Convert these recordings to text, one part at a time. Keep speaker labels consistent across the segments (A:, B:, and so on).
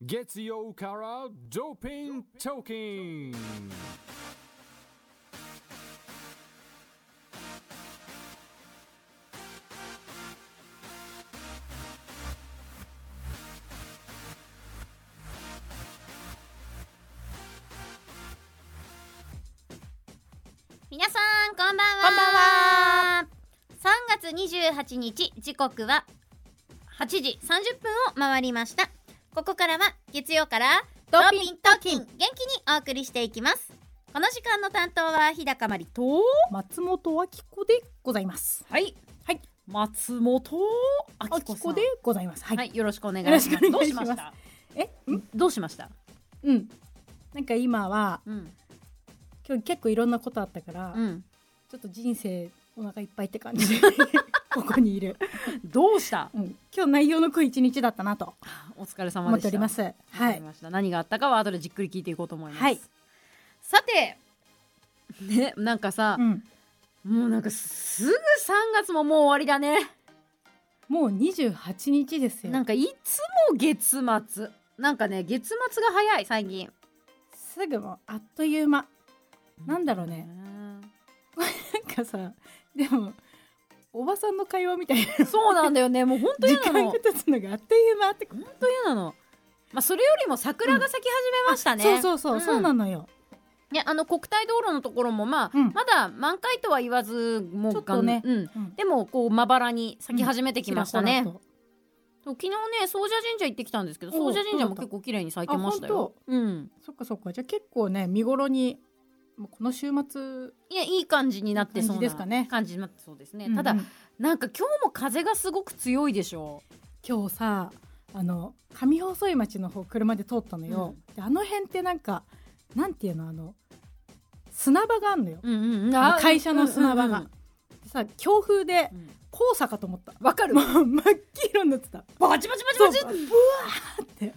A: 月曜からドーピントーキング
B: 皆さんこんばんは
C: こんばんは
B: 3月28日時刻は8時30分を回りましたここからは月曜からドーピントーキン元気にお送りしていきますこの時間の担当は日高まりと
C: 松本明子でございます。
B: はい
C: はい
B: 松本
C: 明
B: 明
C: 子
B: 子さん
C: でございます。はい。
B: はいよろしくお願いし
C: よ
B: ますど
C: ろ
B: う
C: し
B: し
C: くお
B: まし
C: 願いします
B: た
C: え、ん、
B: どうしました
C: うん。なんか今は
B: うん
C: 今日結構いろんなことあったから、
B: うん
C: ちょっと人生お腹いっぱいって感じで ここにいる。
B: どうした
C: うん。今日内容の濃い一日だったなと
B: お疲れ様
C: 思
B: でして
C: っ
B: た
C: おります。は
B: わかり
C: い。
B: ました何があったかは後でじっくり聞いていこうと思います、
C: はい
B: さてねなんかさ
C: う、ん。
B: もうなんかすぐ3月ももう終わりだね
C: もう二十八日ですよ。
B: なんかいつも月末なんかね月末が早い最近
C: すぐもうあっという間。なんだろうねなんかさ、でもおばさんの会話みたいな。
B: そうなんだよねもう本当
C: 時
B: 嫌な
C: 間
B: の
C: が
B: 本
C: 経つのがあっという間って。
B: 当嫌なのまあそれよりも桜が咲き始めましたね、
C: そうそうそう、そうな
B: の
C: のよ。
B: ねあの国体道路のところもまあ、
C: うん
B: まだ満開とは言わずもう
C: ちょっとね
B: がんうん
C: うん。
B: でもこうまばらに咲き始めてきましたね、
C: ちらほらと
B: そう昨日ね総社神社行ってきたんですけど
C: お
B: 総
C: う
B: 社神社も
C: どうだった
B: 結構綺麗に咲いてました
C: あ
B: よ
C: 本。
B: うん、
C: そっかそっかじゃあ結構ね見頃にもうこの週末
B: いやいい感じになってそう
C: い
B: な
C: い感じですかね
B: 感じになってそうですね。
C: うんうん
B: ただなんか今日も風がすごく強いでしょ
C: 今日さあの上細井町の方車で通ったのよ、であの辺ってなんかなんていうのあの砂場があんのよ、
B: う。うんうん。
C: あ
B: あ
C: の会社の砂場が、
B: うんうん
C: でさ強風で
B: うん
C: 黄砂かと思った
B: わかる
C: も。う真っ黄色になってた
B: バチバチバチ
C: そう
B: バ
C: ブ
B: チ。
C: ワーって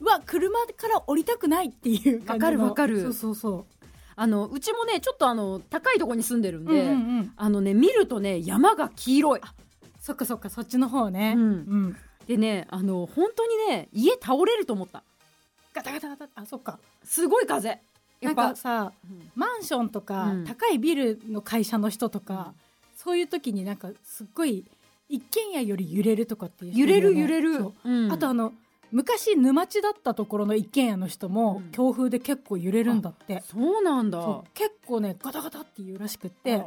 C: うわ車から降りたくないっていう感じの
B: わかるわかる
C: そうそうそ
B: あのうちもねちょっとあの高いところに住んでるん
C: う、
B: で、
C: うんうんうん
B: あのね見るとね山が黄色い。
C: そっかそっかそっちの方ね、
B: うん
C: うん、
B: でねあの本当にね家倒れると思った。
C: ガタガタガタあそっか
B: すごい風。や
C: な
B: っ
C: ん
B: ぱ
C: かさ
B: うん
C: マンションとか、
B: うん
C: 高いビルの会社の人とか、そういう時になんかすっごい一軒家より揺れるとかっていう人
B: 揺
C: い
B: れ
C: よ
B: る
C: ね
B: 揺れる
C: そう。
B: うん
C: あとあの昔沼地だったところの一軒家の人も、
B: うん
C: 強風で結構揺れるんだって
B: そうなんだ。
C: そう結構ねガタガタっていうらしくっ
B: あ
C: て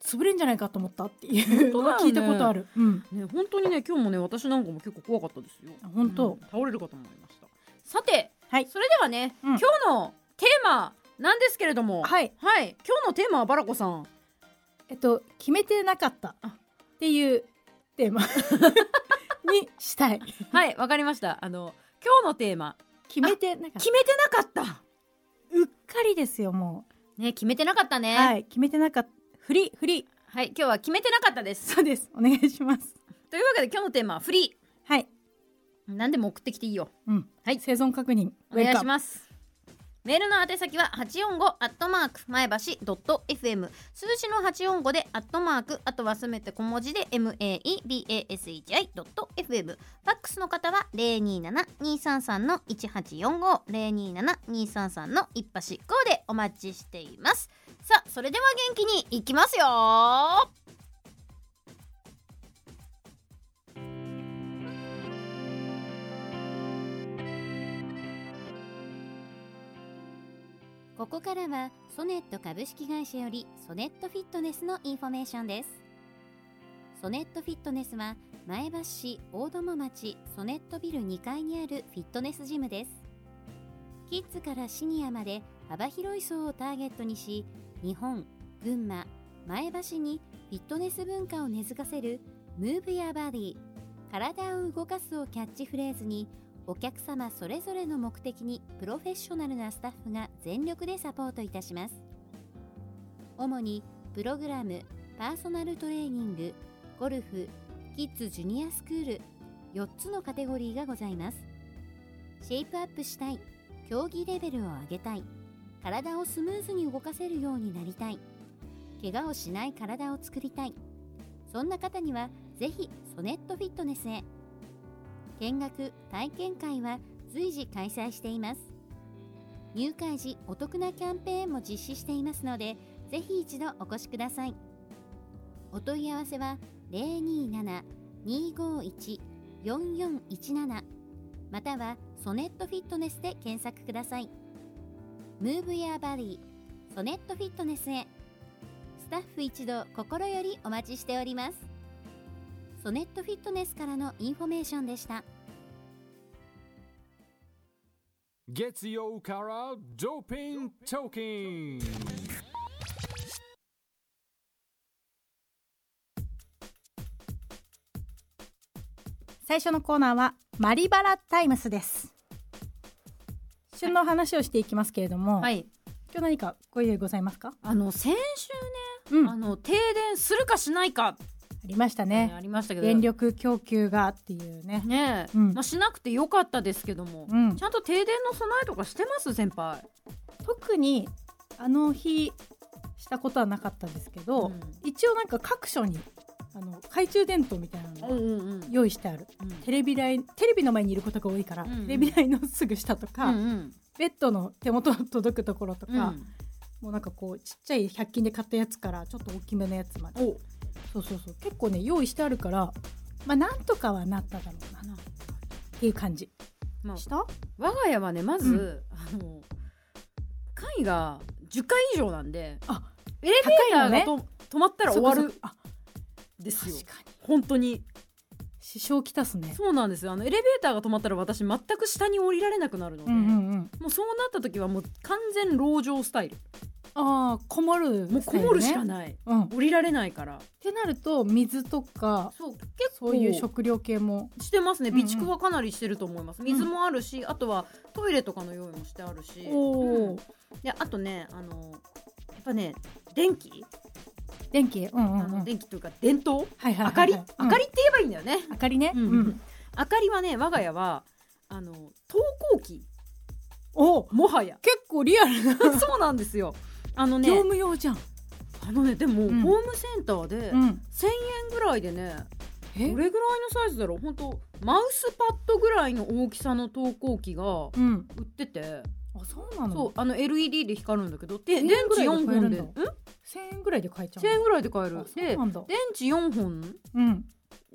C: 潰れんじゃないかと思ったっていうの
B: 本当だよ
C: は
B: ね
C: 聞いたことある、うん
B: ね、本当にね今日もね私なんかも結構怖かったですよ
C: あ本当
B: うん倒れるかと思いましたさて、
C: はい
B: それではね、
C: うん
B: 今日のテーマなんですけれどもい、
C: はい
B: 今日のテーマはバラコさん
C: えっと決めてなかったっていうテー マにしたい
B: はいわかりましたあの今日のテーマ
C: 決めてなんか
B: 決めてなかった
C: うっかりですよもう
B: ね決めてなかったね、
C: はいい、決めてなかった。フリー、フリー。
B: はい、今日は決めてなかったです
C: そうです。お願いします。
B: というわけで今日のテーマはフリ
C: はい。
B: ー何でも送ってきていいよ
C: うん。
B: はい
C: 生存確認。
B: お願いし
C: す。
B: ますメールの宛先は845アットマーク前橋ドット FM 数字の845でアットマークあとはすべて小文字で MAEBASHI ドット FM ファックスの方は027233の1845 027233の一発5でお待ちしていますさあそれでは元気にいきますよここからはソネット株式会社よりソネットフィットネスのインフォメーションですソネットフィットネスは前橋市大友町ソネットビル2階にあるフィットネスジムですキッズからシニアまで幅広い層をターゲットにし日本、群馬、前橋にフィットネス文化を根付かせるムーブやバディ体を動かすをキャッチフレーズにお客様それぞれの目的にプロフェッショナルなスタッフが全力でサポートいたします主にプログラムパーソナルトレーニングゴルフキッズジュニアスクール4つのカテゴリーがございますシェイプアップしたい競技レベルを上げたい体をスムーズに動かせるようになりたい怪我をしない体を作りたいそんな方にはぜひソネットフィットネスへ見学体験会は
D: 随時開催しています入会時お得なキャンペーンも実施していますのでぜひ一度お越しくださいお問い合わせは027-251-4417またはソネットフィットネスで検索くださいムーブやバリーソネットフィットネスへスタッフ一同心よりお待ちしておりますソネットフィットネスからのインフォメーションでした
A: 月曜からドーピングトーキング
C: 最初のコーナーはマリバラタイムスです旬の話をしていきますけれども、
B: はい。
C: 今日何かご用意ございますか
B: あの、先週
C: う
B: ね、あの、停電するかしないかって
C: ありました
B: ね
C: ね
B: ありましたけど。
C: 電力供給がっていうね
B: ねえ、
C: うん
B: まあ、しなくてよかったですけども、
C: うん
B: ちゃんと停電の備えとかしてます先輩。
C: 特にあの日したことはなかったんですけど、一応なんか各所にあの懐中電灯みたいなの
B: うん
C: が
B: うんうん。
C: 用意してある、テレビ台テレビの前にいることが多いから、
B: うんうん
C: テレビ台のすぐ下と
B: う
C: か、
B: んうん
C: ベッドの手元の届くところとか、
B: うん。
C: もうなんかこうちっちゃい100均で買ったやつからちょっと大きめのやつまで
B: お、
C: そうそうそう結構ね用意してあるからまあなんとかはなっただろうなっていう感じ
B: まあ
C: した
B: 我が家はねまず、
C: うん
B: あの階が10階以上なんで
C: あ
B: エレベーターが
C: 高
B: と、止まったら終わ
C: そっ
B: る
C: かそっかあ
B: ですよ
C: 確かに
B: 本当に
C: 支障きたすね
B: そうなんですよあのエレベーターが止まったら私全く下に降りられなくなるので、
C: うんうんうん
B: もうそうなった時はもう完全籠城スタイル
C: ああこもる
B: もうこもるしか
C: い、
B: ない、
C: うん、っ
B: 降りられないから
C: てなると水とか
B: そう結構
C: そういう食料系も
B: してますね
C: うんうん
B: 備蓄はかなりしてると思います、水もあるしあとはトイレとかの用意もしてあるし
C: お
B: う
C: ー
B: んであとねあのやっぱね電気、
C: 電気うんうん
B: あ
C: うん
B: の電気というか電灯
C: はいはいはいはい
B: 明かり、
C: うん
B: 明かりって言えばいいんだよね、
C: 明かりね、
B: うん明かりはね我が家はあの投光器
C: お
B: もはや
C: 結構リアルな、
B: そうなんですよあのね
C: 業務用じゃん、
B: あのねでも、
C: うん
B: ホームセンターで、
C: ん、
B: 1000円ぐらいでね
C: え
B: どれぐらいのサイズだろう本当マウスパッドぐらいの大きさの投光器が
C: うん
B: 売ってて、
C: あそうな
B: そう
C: の
B: あの LED で光るんだけどで
C: 1000
B: 電
C: 円ぐ
B: 池
C: らいで
B: 4
C: 買える
B: 本
C: んだ
B: でん
C: 1000円ぐらいで買えちゃう
B: 1000円ぐらいで買える
C: あそう
B: で
C: なんだ
B: 電池4本
C: うん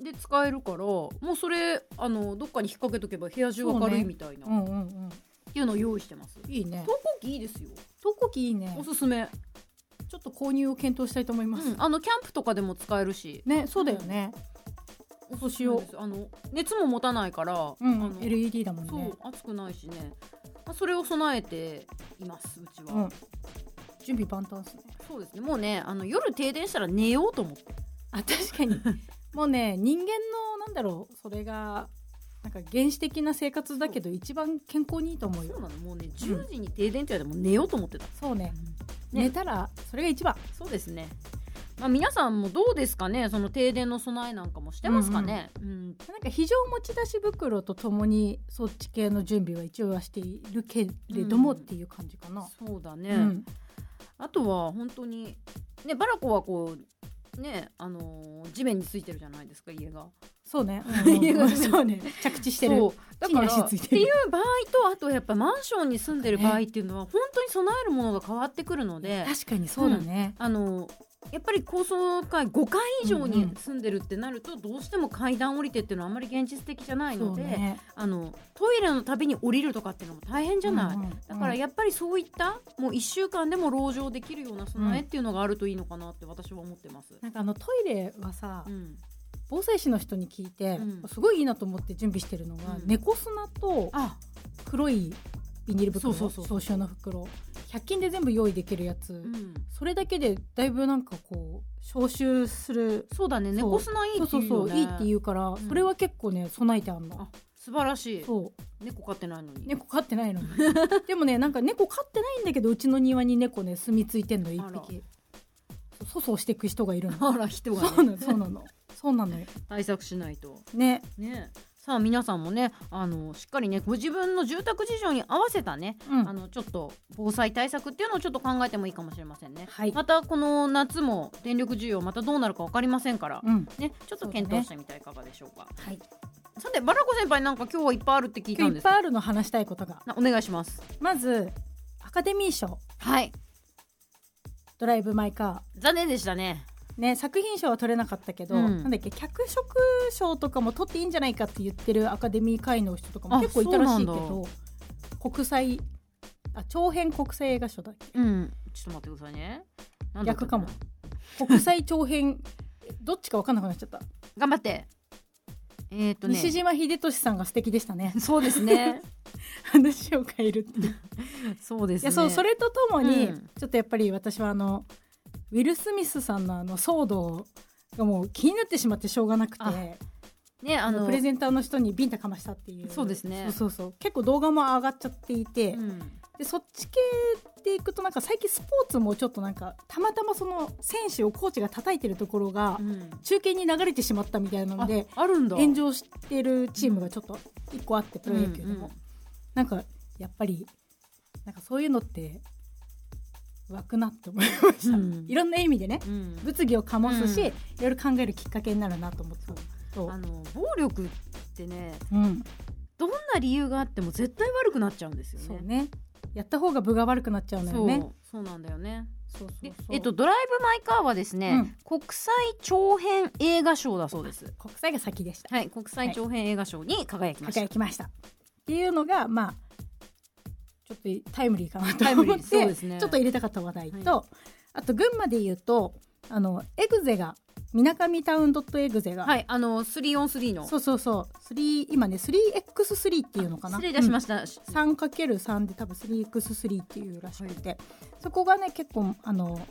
B: で使えるからもうそれあのどっかに引っ掛けとけば部屋中明るいみたいな、
C: う
B: っ
C: んうんうん
B: ていうのを用意してます
C: いいね
B: 投光器いいですよ
C: 投稿機いいね
B: おすすめ、
C: ちょっと購入を検討したいと思います、
B: うんあのキャンプとかでも使えるし
C: ねそうだよね
B: お
C: そうしよう
B: すすめですあの熱も持たないから、
C: うん、
B: あの
C: LED だもん
B: そ
C: ね
B: う暑くないしね、まあ、それを備えていますうちは、
C: うん準備万端っすね
B: そうですねもうねあの夜停電したら寝ようと思って
C: あ 確かにもうね人間のなんだろうそれがなんか原始的な生活だけど一番健康にいいと思う
B: そう
C: よ
B: なのもうね10時に停電って言われてもう寝ようと思ってた、
C: そうね
B: ね
C: 寝たらそれが一番
B: そうですね。まあ、皆さんもどうですかね、その停電の備えなんかもしてますかね。うん、
C: なんか非常持ち出し袋とともにそっち系の準備は一応はしているけれども
B: う
C: っ
B: ん
C: ていう感じかな、
B: そうだね。
C: うん
B: あとは本当に、ね、バラコはこう、ね、あのー地面についてるじゃないですか、家が。
C: そう ね、
B: 家が
C: そうね着地して
B: そ
C: る
B: うだから
C: 地に
B: っ
C: 足
B: て
C: ついてる
B: いう場合と、あとやっぱマンションに住んでる場合っていうのは、本当に備えるものが変わってくるので、
C: 確かにそうだね、
B: あのーやっぱり高層階5階以上
C: うんう
B: に
C: ん
B: 住んでるってなると、どうしても階段降りてっていうのはあんまり現実的じゃない
C: そ
B: の
C: う
B: で、
C: ね
B: あのトイレのたびに降りるとかっていうのも大変じゃない、
C: うんうん
B: だからやっぱりそういったもう1週間でも籠城できるような備えっていうのがあるといいのかなって私は思ってます。
C: なんかあのトイレはさ、
B: うん
C: 防災士の人に聞いて、
B: うん
C: すごいいいなと思って準備してるのが、
B: うん
C: 猫砂と
B: あ
C: 黒いビニール袋
B: そうそうそう
C: 総集の袋100均で全部用意できるやつ、
B: うん、
C: それだけでだいぶなんかこう消臭する
B: そうだね
C: そう
B: 猫砂いい
C: そう
B: って
C: そう
B: いう
C: そ
B: よ、ね、
C: ういいって言うから、
B: ん
C: それは結構ね備えてあんの
B: あ素晴らしい
C: そう
B: 猫飼ってないのに、
C: 猫飼って ないのにでもねなんか猫飼ってないんだけどうちの庭に猫ね住み着いてんの一
B: あら
C: 匹粗相していく人がいるの
B: あら人
C: そ
B: が、
C: う
B: ね、
C: なのそうなのそうなのよ
B: 対策しないと
C: ね
B: ねさあ皆さんもねあのしっかりねご自分の住宅事情に合わせたね
C: うん
B: あのちょっと防災対策っていうのをちょっと考えてもいいかもしれませんね。
C: はい
B: またこの夏も電力需要またどうなるかわかりませんから、
C: うん
B: ねちょっと検討してみてはいかがでしょうか。
C: はい
B: さてバラコ先輩なんか今日はいっぱいあるって聞いた
C: 今
B: ん
C: 日い
B: で
C: っ
B: すけ
C: ぱい
B: ど
C: あるの話したいことが
B: なお願いします
C: まずアカデミー賞
B: はい
C: ドライブ・マイ・カ
B: 残念でしたね
C: ーね作品賞は取れなかったけど、
B: うん
C: なんだっけ脚色賞とかも取っていいんじゃないかって言ってるアカデミー会の人とかも
B: あ
C: 結構いたらしいけ
B: そう
C: ど国際あ長編国際映画賞だっけ
B: うんちょっと待ってくださいねなんだった
C: 逆
B: か
C: か
B: な
C: も国際長編 どっちか分かんなくなっちゃった、
B: 頑張ってえー、っとね
C: 西島秀俊さんが素敵でしたね
B: そうですね
C: 話を変えるっていう
B: そうです
C: い
B: ね
C: やそうそれとともに、
B: うん
C: ちょっとやっぱり私はあのウィル・スミスさんのあの騒動がもう気になってしまってしょうがなくて
B: あねあ
C: あの
B: の
C: プレゼンターの人にビンタかましたっていう
B: そうですね
C: そうそうそう結構動画も上がっちゃっていて、
B: うん
C: でそっち系でいくとなんか最近スポーツもちょっとなんかたまたまその選手をコーチが叩いてるところが
B: うん
C: 中継に流れてしまったみたいなの
B: あ
C: で
B: あるんだ
C: 炎上してるチームがちょっと一個あってプロ野球でも、
B: うんうん
C: なんかやっぱりなんかそういうのって湧くなって思いました、
B: うん
C: いろんな意味でね
B: うん
C: 物議を醸すし、
B: うん
C: いろいろ考えるきっかけになるなと思ったそう
B: あの暴力ってね
C: うん、
B: どんな理由があっても絶対悪くなっちゃうんですよね
C: そうねやった方が分が悪くなっちゃうの
B: そ
C: よ
B: う
C: ね
B: そうなんだよね
C: そうそう
B: で
C: そう
B: えっと、ドライブ・マイ・カーはですね、国際長編映画賞だそうです。
C: 国際が先でした、
B: はい、国際長編映画賞に輝きました。
C: 輝きましたっていうのがまあちょっとタイムリーかなと
B: タイムリ
C: 思っ
B: ーそうで
C: て
B: すね。
C: ちょっと入れたかった話題と、あと群馬で言うとあのエグゼがみなかみタウンドットエグゼが、
B: はい、あの3 on 3の
C: そうそうそう3今ね 3x3 っていうのかな
B: 失礼いたしま
C: し
B: した。
C: た、うん、3×3 で多分 3x3 っていうらしくて、そこがね結構あの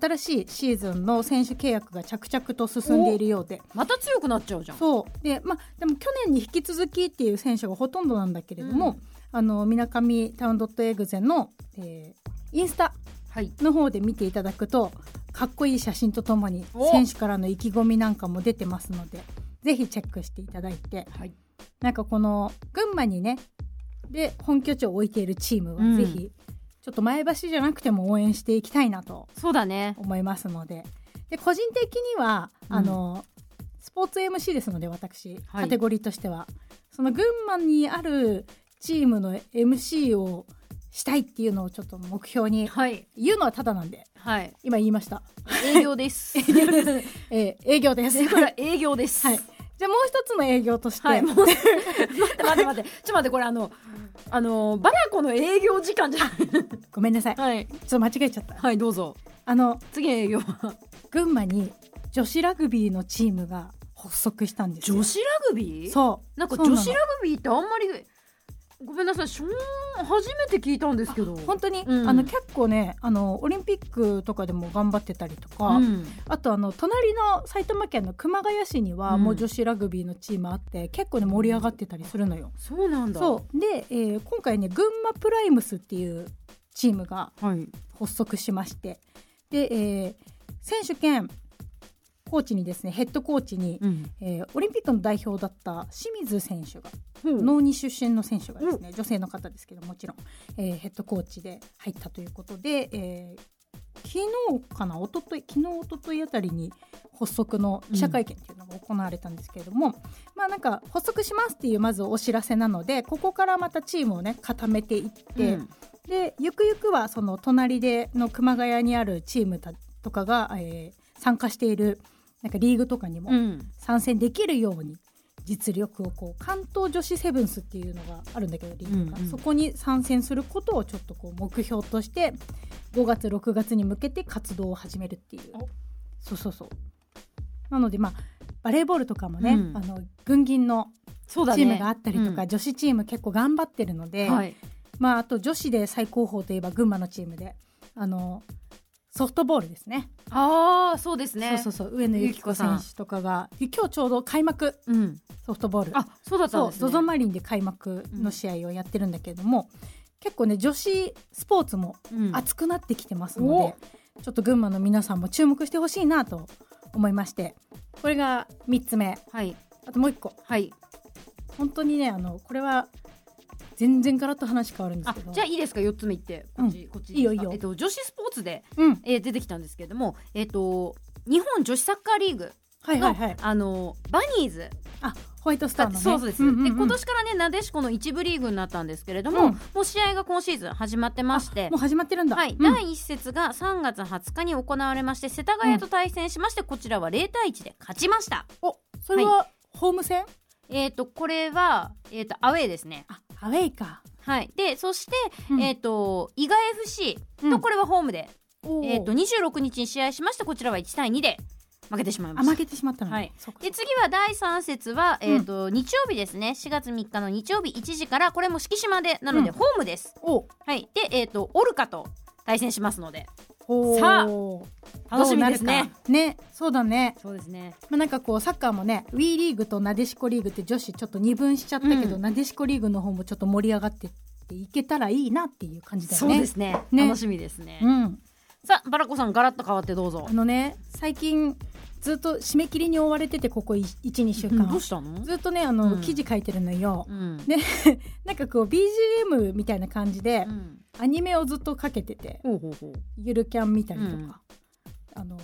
C: 新しいシーズンの選手契約が着々と進んでいるようで
B: また強くなっちゃうじゃん。
C: そうでまあでも去年に引き続きっていう選手がほとんどなんだけれども、あのみなかみタウンドットエグゼの、えーインスタ
B: はい。
C: の方で見ていただくとかっこいい写真とともに
B: お
C: 選手からの意気込みなんかも出てますのでぜひチェックしていただいて
B: はい。
C: なんかこの群馬にねで本拠地を置いているチーム
B: う
C: は
B: ん
C: ぜひちょっと前橋じゃなくても応援していきたいなと
B: そうだね。
C: 思いますのでで個人的には、
B: うん
C: あのスポーツ MC ですので私
B: はい
C: カテゴリーとしては、その群馬にあるチームの MC をしたいっていうのをちょっと目標に
B: はい。
C: 言うのはただなんで
B: はい。
C: 今言いました、
B: 営業です。
C: えー営業です
B: これは営業です。
C: はいじゃあもう一つの営業として、
B: はい、もう待って待って待って、ちょっと待って、これあの、あの、バラコの営業時間じゃない。
C: ごめんなさいちょ
B: はい、
C: っと間違えちゃった
B: はい、どうぞ。
C: あの
B: 次の営業は。
C: 群馬に女子ラグビーのチームが発足したんですよ
B: 女子ラグビー
C: そう
B: なんか
C: そうな
B: 女
C: の
B: 子ラグビーってあんまりごめんなさいしょん初めて聞いたんですけど
C: 本当に、
B: うん
C: あの結構ねあのオリンピックとかでも頑張ってたりとか、
B: うん
C: あとあの隣の埼玉県の熊谷市には
B: うん
C: もう女子ラグビーのチームあって、結構ね盛り上がってたりするのよ。
B: そうなんだ
C: そうで、えー今回ね群馬プライムスっていうチームが
B: はい
C: 発足しましてで、えー選手兼コーチにですねヘッドコーチに、
B: うん
C: えーオリンピックの代表だった清水選手が
B: ほう
C: 能に出身の選手がですね、女性の方ですけどもちろん、えーヘッドコーチで入ったということで、えー昨日かな一昨日昨日一昨日あたりに発足の記者会見っていうのが行われたんですけれども、まあなんか発足しますっていうまずお知らせなのでここからまたチームをね固めていって、
B: うん
C: でゆくゆくはその隣での熊谷にあるチームだとかが、えー参加しているなんかリーグとかにも
B: うん
C: 参戦できるように実力をこう関東女子セブンスっていうのがあるんだけどリーグが、
B: うんうん
C: そこに参戦することをちょっとこう目標として5月6月に向けて活動を始めるっていう
B: お
C: そうそうそうなのでまあバレーボールとかもね、
B: うん
C: あの軍銀の
B: そうだね
C: チームがあったりとか、
B: うん
C: 女子チーム結構頑張ってるので、
B: はい
C: まあ、あと女子で最高峰といえば群馬のチームであのソフトボールですね
B: ああそうですね
C: そうそうそう上野由岐子選手とかが今日ちょうど開幕
B: うん
C: ソフトボール
B: あそうだったん
C: そう
B: ですね
C: ZOZO、マリンで開幕の試合をやってるんだけれども、結構ね女子スポーツも
B: うん
C: 熱くなってきてますので、ちょっと群馬の皆さんも注目してほしいなと思いましてこれが3つ目
B: はい
C: あともう1個
B: はい
C: 本当にねあのこれは全然ガラッと話変わるんです
B: あ
C: けど
B: じゃあいいですか四つ目いってこっちこっち
C: いいよいいよ
B: えっと女子スポーツで
C: うん
B: えー出てきたんですけれどもえっと日本女子サッカーリーグ
C: はいは
B: の
C: いはい
B: あのバニーズ
C: あホワイトスターのね
B: そうそうです、
C: んんん
B: で今年からねなでしこの一部リーグになったんですけれども、
C: うん
B: もう試合が今シーズン始まってまして
C: もう始まってるんだ
B: はい、
C: うん
B: 第1節が3月20日に行われまして世田谷と対戦しまして、こちらは0対1で勝ちました
C: おそれはホーム戦
B: えっ、とこれは、えー、とアウェーですね
C: あアウェイか
B: はいでそして、
C: うん
B: えっ、と伊賀 FC
C: う
B: と
C: ん
B: これはホームで、
C: おー
B: えー、と26日に試合しましてこちらは1対2で負けてしまいま
C: あ
B: した
C: 負けてしまったのね
B: はい
C: そうか
B: で次は第3節は、えーと日曜日ですね4月3日の日曜日1時からこれも敷島でなので
C: うん
B: ホームです、
C: お
B: はいでえっ、とオルカと対戦しますので
C: おー
B: さあ
C: どう
B: 楽しみです
C: なる
B: ね
C: かねそうだね
B: そうですね
C: まあなんかこうサッカーもね WE リーグとなでしこリーグって女子ちょっと二分しちゃったけど、
B: うん
C: なでしこリーグの方もちょっと盛り上がってっていけたらいいなっていう感じだよ
B: そ
C: ね
B: うですね
C: ね
B: 楽しみですね、
C: うん
B: さあバラコさんガラッと変わってどうぞ
C: あのね最近ずっと締め切りに追われててここ12週間、
B: どうしたの
C: ずっとねあの、
B: うん
C: 記事書いてるのよ
B: う、ん
C: ねなんかこう BGM みたいな感じで、
B: うん
C: アニメをずっとかけてて
B: ほうほうほう
C: ゆるキャン見たりとか、あの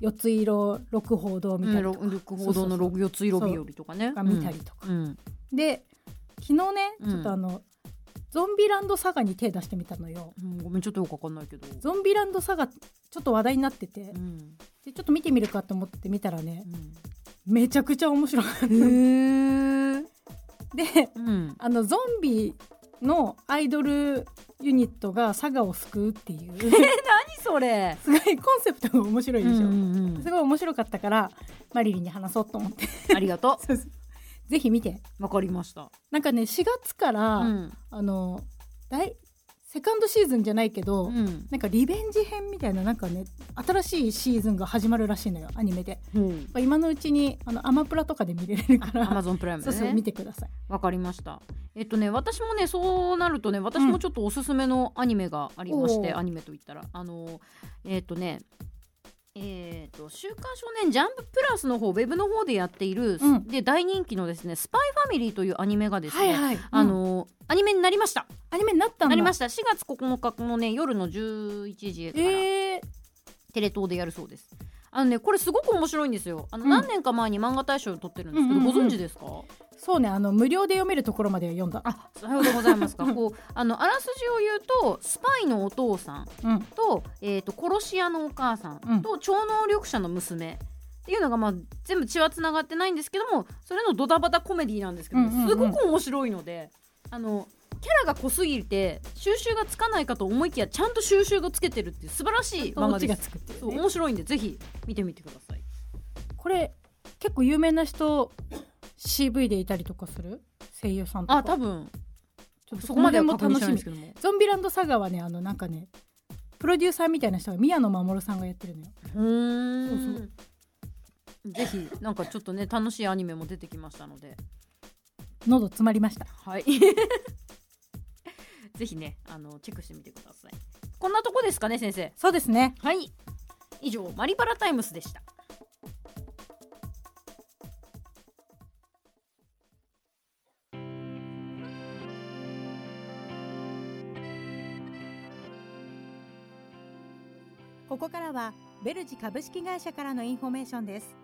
C: 四つ色六報道みたいなとか、
B: うん、六報道の
C: そうそう
B: 六四つ色日曜日とかね
C: そうが見たりとか
B: うん
C: そうで昨日ね
B: うん
C: ちょっとあの、ゾンビランドサガに手出してみたのよ
B: うんごめんちょっとよくわかんないけど、
C: ゾンビランドサガちょっと話題になってて、
B: うん
C: でちょっと見てみるかと思って見たらね
B: うん
C: めちゃくちゃ面 白かった、
B: へえ
C: で
B: うん
C: あのゾンビのアイドルユニットが佐賀を救うっていう す
B: 何それ
C: ごいコンセプトが面白いでしょ、
B: うんうんうん
C: すごい面白かったからマリリンに話そうと思って
B: ありがと
C: そうそうぜひ見て
B: う。わかりました。
C: なんかね4月から、
B: うん。
C: あの大セカンドシーズンじゃないけど、
B: うん。
C: なんかリベンジ編みたいななんかね新しいシーズンが始まるらしいのよアニメでやっぱ今のうちにあのアマプラとかで見れるか
B: アマ
C: ら
B: ゾンプライム
C: そう
B: で
C: そう見
B: ね。
C: てください
B: わかりました。えっとね、私もね、そうなるとね、私もちょっとおすすめのアニメがありまして、
C: おー
B: アニメといったら、あの、えっとね。えっと「週刊少年ジャンププラス」の方ウェブの方でやっている、
C: うん
B: で大人気のですね「スパイファミリー」というアニメがですね、
C: はい、
B: あのアニメになりました
C: アニメになったんだ
B: なりました4月9日のね夜の11時から、
C: えー、
B: テレ東でやるそうです。あのね、これすごく面白いんですよ。あの、
C: うん
B: 何年か前に漫画大賞を取ってるんですけど、
C: うんうんうん
B: ご存知ですか。
C: そうねあの無料で読めるところまでは読んだ
B: あ、さようでございますか。 こう、あの、あらすじを言うと、スパイのお父さん
C: うん
B: と、えっ、と、殺し屋のお母さ
C: うんん
B: と、超能力者の娘。っていうのがまあ全部血はつながってないんですけどもそれのドタバタコメディなんですけど、
C: うんうんうん
B: すごく面白いのであのキャラが濃すぎて収集がつかないかと思いきやちゃんと収集がつけてるっていう素晴らしい漫
C: オ
B: 画
C: チ
B: で
C: が
B: す、
C: つくっていう
B: そう
C: ね
B: 面白いんでぜひ見てみてください
C: これ結構有名な人 CV でいたりとかする声優さんとか
B: あ多分
C: ちょっと
B: そ
C: そ
B: こ
C: こ
B: ま
C: ま
B: で
C: で
B: は
C: も
B: 確認
C: 楽
B: して
C: し
B: ないん
C: み
B: ですけども
C: ゾンビランドサガはねあのなんかねプロデューサーみたいな人が宮野守さんがやってるのよ
B: うんぜひなんかちょっとね楽しいアニメも出てきましたので
C: 喉詰まりました
B: はい ぜひねあのチェックしてみてくださいこんなとこですかね先生
C: そうですね
B: はい以上マリパラタイムスでした
C: ここからはベルジ株式会社からのインフォメーションです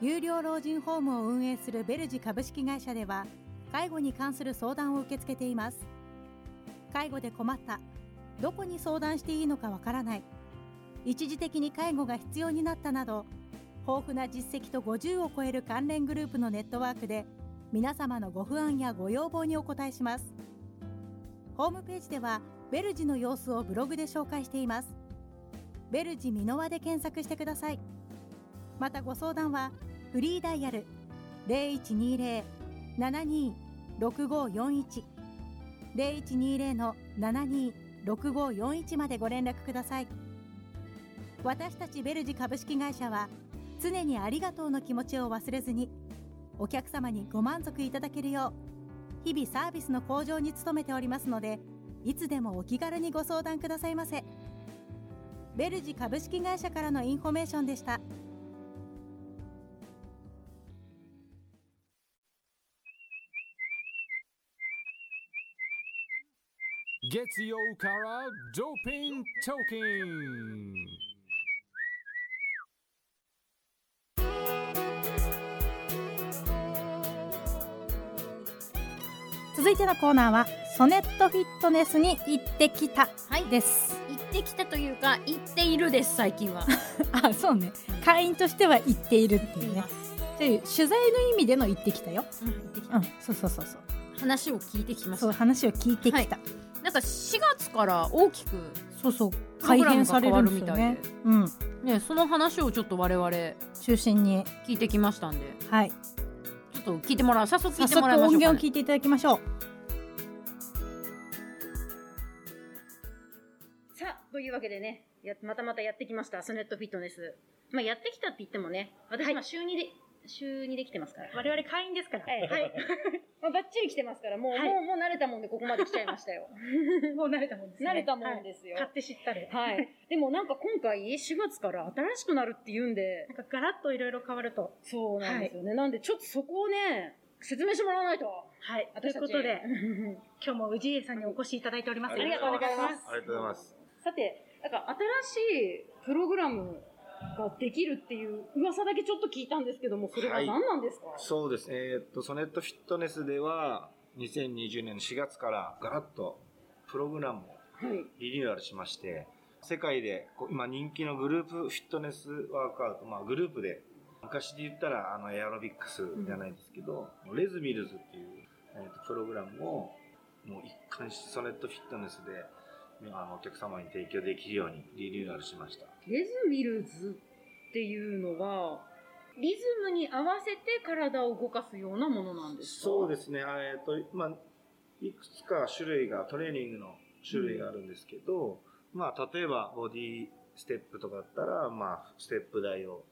C: 有料老人ホームを運営するベルジ株式会社では介護に関する相談を受け付けています介護で困ったどこに相談していいのかわからない一時的に介護が必要になったなど豊富な実績と50を超える関連グループのネットワークで皆様のご不安やご要望にお答えしますホームページではベルジの様子をブログで紹介していますベルジミノワで検索してくださいまたご相談はフリーダイヤル0120-726541 0120-726541までご連絡ください私たちベルジ株式会社は常にありがとうの気持ちを忘れずにお客様にご満足いただけるよう日々サービスの向上に努めておりますのでいつでもお気軽にご相談くださいませベルジ株式会社からのインフォメーションでした。
A: Getio Kara Doping Toking.
E: 「
C: 続いてのコーナーはソネットフィットネスに行ってきた
F: はい
C: です、
F: 行ってきたというか行っているです最近は
C: あそうね会員としては行っているっていうねという取材の意味での行ってきたよ
F: うん行ってき
C: う
F: た
C: んそうそうそうそう
F: 話を聞いてきまし
C: そう
F: た
C: 話を聞いてきた、
F: なんか4月から大きく
C: そうそう
F: プロ
C: 改
F: グラ
C: 変
F: ム
C: さ
F: が
C: れ
F: 変わ
C: る
F: る
C: んで
F: み
C: す
F: た
C: よ
F: いで
C: ねうん
F: ねその話をちょっと我々聞
C: 中心に
F: いてきましたんで
C: はい
F: ちょっと聞いてもらう早速聞
C: 早
F: いても
C: 速
F: らいましょ
C: 音
F: う
C: 源
F: か
C: を
F: ね、
C: 聞いていただきましょう
B: さあ、というわけでね、やまたまたやってきました、ソネットフィットネス。まあ、やってきたって言ってもね、私今週2で、週2で来てますから。我々会員ですから。はい。はい、まあ、バッチリ来てますから、もう、
G: はい
B: もう、もう慣れたもんでここまで来ちゃいました よ。
G: もう慣れたもんですね。
B: 慣れたもんですよ
G: はい買って知ったで。
B: はい。でもなんか今回4月から新しくなるって言うんで、
G: なんかガラッといろいろ変わると。
B: そうなんですよね。なんでちょっとそこをね、説明してもらわないと。
G: はい。と
B: 私
G: いう
B: た
G: こ
B: ち
G: と で、今日も氏家さんにお越しいただいております。
B: ありがとうございます。
H: ありがとうございます。
B: さて、なんか新しいプログラムができるっていう噂だけちょっと聞いたんですけども、それは何なんですか、
H: そうです。えーっと、ソネットフィットネスでは、2020年の4月からガラッとプログラムを
B: はい。
H: リニューアルしまして、世界でこう今人気のグループフィットネスワークアウト、まあグループで、昔で言ったらあのエアロビックスじゃないですけど、レズミルズっていう、えーっとプログラムをもう一貫してソネットフィットネスで、あのお客様に提供できるようにリニューアルしました。
B: レズミルズっていうのは、リズムに合わせて体を動かすようなものなんですか。
H: そうですすね、あえっ、と、まあ、いくつか種類が、トレーニングの種類があるんですけど、まあ、例えば、ボディステップとかだったら、まあ、ステップ台を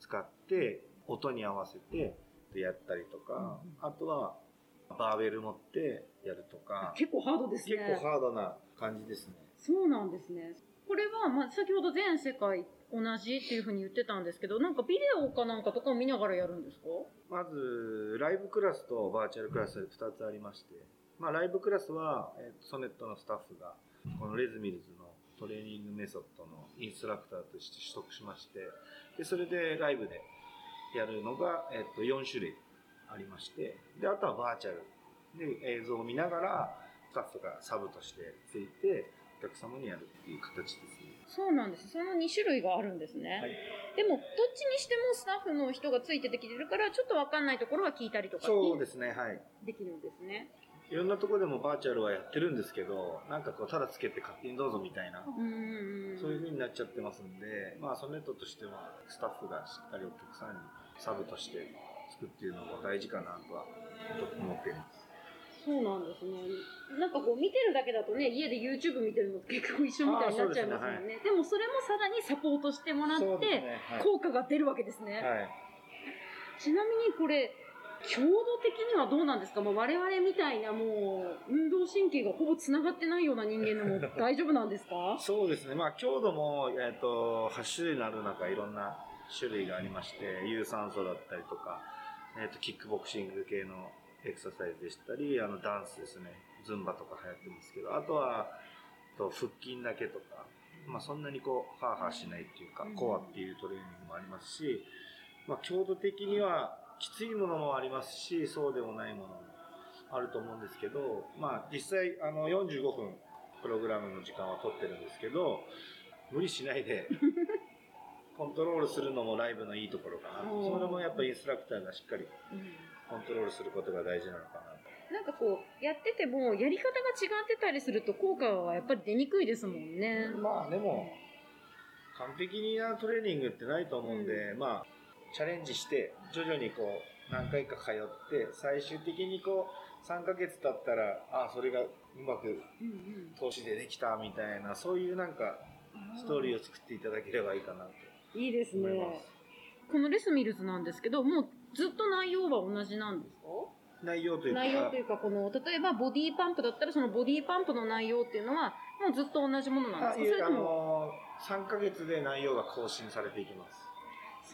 H: 使って、音に合わせてやったりとか、あとは、バーベル持ってやるとか、
B: 結構ハードですね。
H: 結構ハードな感じですね。
B: そうなんですね。これは、まあ、先ほど全世界同じっていうふうに言ってたんですけど、なんかビデオかなんかとかを見ながらやるんですか
H: まず、ライブクラスとバーチャルクラス2つありまして、まあ、ライブクラスは、えーソネットのスタッフが、このレズミルズのトレーニングメソッドのインストラクターとして取得しまして、でそれでライブでやるのが、えっと4種類ありまして、であとはバーチャルで映像を見ながら、スタッフがサブとしてついて、お客様にやるっていう形ですね。
B: そうなんです。その2種類があるんですね。
H: はい
B: でも、どっちにしてもスタッフの人がついてできてるから、ちょっとわかんないところは聞いたりとか
H: そうですね、はい。
B: できるんですね。
H: いろんなとこでもバーチャルはやってるんですけど、なんかこう、ただつけて勝手にどうぞみたいな、
B: うんうんうん。
H: そういう風になっちゃってますんで、まあ、ソネットとしては、スタッフがしっかりお客さんにサブとしてつくっていうのが大事かなとは思っています。
B: そうなんですね。なんかこう見てるだけだとね、家で YouTube 見てるのと結構一緒みたいになっちゃいますもんね。でもそれもさらにサポートしてもらって、
H: そうですね、
B: 効果が出るわけですね。
H: はい。はい
B: ちなみにこれ、強度的にはどうなんですか、まあ、我々みたいなもう、運動神経がほぼつながってないような人間 でも大丈夫なんですか
H: そうですね、まあ、強度も、えー、と8種類のある中、いろんな種類がありまして、有酸素だったりとか、えー、とキックボクシング系のエクササイズでしたり、あのダンスですね、ズンバとか流行ってますけど、あとはと腹筋だけとか、まあ、そんなにこうハーハーしないっていうか、コアっていうトレーニングもありますし、まあ、強度的にはきついものもありますし、そうでもないものもあると思うんですけど、まあ、実際あの45分プログラムの時間は取ってるんですけど無理しな いでコントロールするのもライブのいいところかな
B: おー
H: それもやっぱインストラクターがしっかりコントロールすることが大事なのかなと
B: なんかこう、やってても、やり方が違ってたりすると効果はやっぱり出にくいですもんね。
H: まあでも完璧なトレーニングってないと思うんで、まあチャレンジして徐々にこう何回か通って最終的にこう3ヶ月経ったらあそれがうまく投資でできたみたいなそういうなんかストーリーを作っていただければいいかなと
B: いいです
H: 思
B: ね
H: い。ます。
B: このレスミルズなんですけど、もうずっと内容は同じなんですか
H: 内容というか
B: 内容というか、この、例えばボディーパンプだったら、そのボディーパンプの内容っていうのは、もうずっと同じものなんですか
H: あい
B: それ
H: えあ
B: とも、
H: の3ヶ月で内容が更新されていきます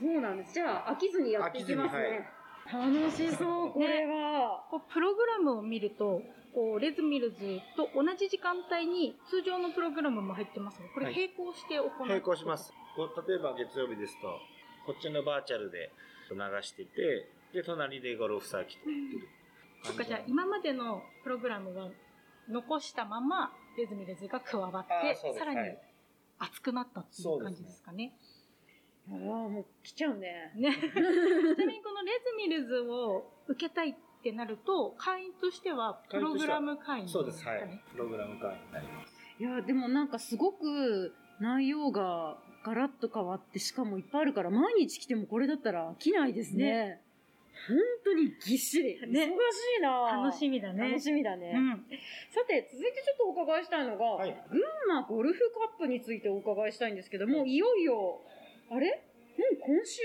B: そうなんです。じゃあ飽きずにやっていきますね。楽しそう、これは。
G: こうプログラムを見ると、こうレズミルズと同じ時間帯に通常のプログラムも入ってますね。こ
H: は
G: れ
H: い
G: 並行して行う、
H: 並行します。こう例えば月曜日ですとこっちのバーチャルで流しててで隣でゴルフサーキットやってる
C: そっか、じゃあ今までのプログラムは残したまま、レズミレズが加わっ
H: あー
C: て
H: そう、です
C: さら
H: は
C: に
H: い
C: 熱くなったっていう感じですかね。
B: ああ、もう来ちゃうね。
C: ね。 ちなみにこのレズミレズを受けたいってなると、会員としてはプログラム会員
H: そうです、は
C: か
H: い
C: ね。
H: プログラム会になります。
B: いや、でもなんかすごく内容がガラッと変わって、しかもいっぱいあるから、毎日来てもこれだったら飽きないですね。本当にぎっしり。
C: ね
B: 忙しいな
C: 楽しみだね。
B: 楽しみだね。
C: うん。
B: さて、続いてちょっとお伺いしたいのが、
H: はい
B: 群馬ゴルフカップについてお伺いしたいんですけども、いよいよ、あれもう今週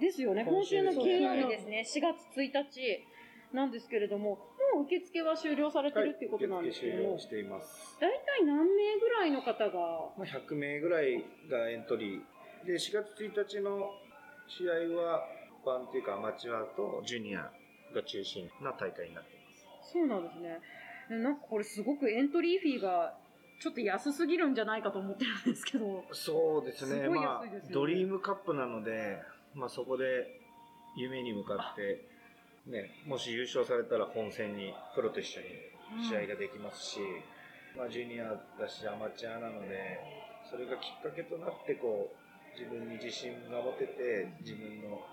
B: ですよね。今
H: 今
B: 週
H: 週
B: の
H: です
B: 金曜日ですね。4月1日なんですけれども、もう受付は終了されてるっていうことなんですけど
H: 受付終
B: も、
H: 了しています。
B: 大体何名ぐらいの方が、
H: まあ、100名ぐらいがエントリー。で、4月1日の試合は、一般っていうかアマチュアとジュニアが中心な大会になっています。
B: そうなんですね。なんかこれすごくエントリーフィーがちょっと安すぎるんじゃないかと思ってるんですけど。
H: そうですね
B: すごい
H: ま
B: 安いですよね
H: あ、ドリームカップなので、まあ、そこで夢に向かって、ね、もし優勝されたら本戦にプロと一緒に試合ができますし、まあ、ジュニアだしアマチュアなのでそれがきっかけとなってこう自分に自信が持てて自分の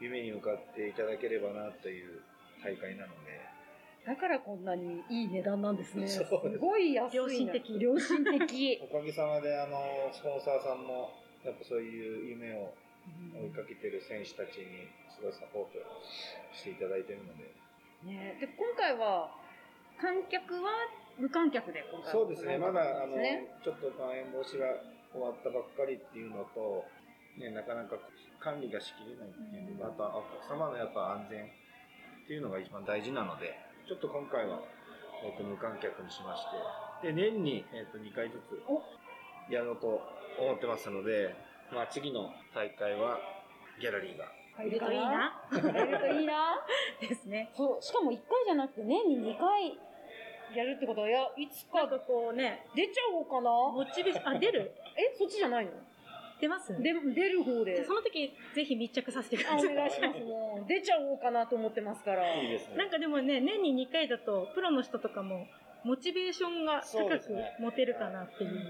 H: 夢に向かっていただければなという大会なので。
B: だからこんなにいい値段なんですね。す
H: そうです
B: ごい安いな。
C: 良心的
B: 良心的。
H: おかげさまであのスポンサーさんもやっぱそういう夢を追いかけてる選手たちにすごいサポートしていただいてるので
B: ね、で今回は観客は無観客で今回は
H: そうですねまだあの
B: ね
H: ちょっとまん延防止が終わったばっかりっていうのと、ね、なかなか管理がしきれないっていうのがあとはお客様のやっぱ安全っていうのが一番大事なのでちょっと今回は、えっと無観客にしましてで年に、えっと2回ずつやろうと思ってますので、まあ、次の大会はギャラリーが
B: 入るといいな入るといいな
C: ですね。
B: そうしかも1回じゃなくて年に2回やるってことはいやいつ
C: な
B: か
C: んかこうね、
B: 出ちゃおうかな
C: モチベーション、あ、出る
B: えそっちじゃないの
C: 出ます
B: で出る方
C: じ
B: で
C: ゃあその時、ぜひ密着させてくだ
B: あ
C: さ
B: お
C: い。
B: 願いしますもう出ちゃおうかなと思ってますから
H: いいですね
C: なんかでもね、年に2回だと、プロの人とかも、モチベーションが
H: そう
C: 高
H: です
C: く
H: ね
C: 持てるかなっていう、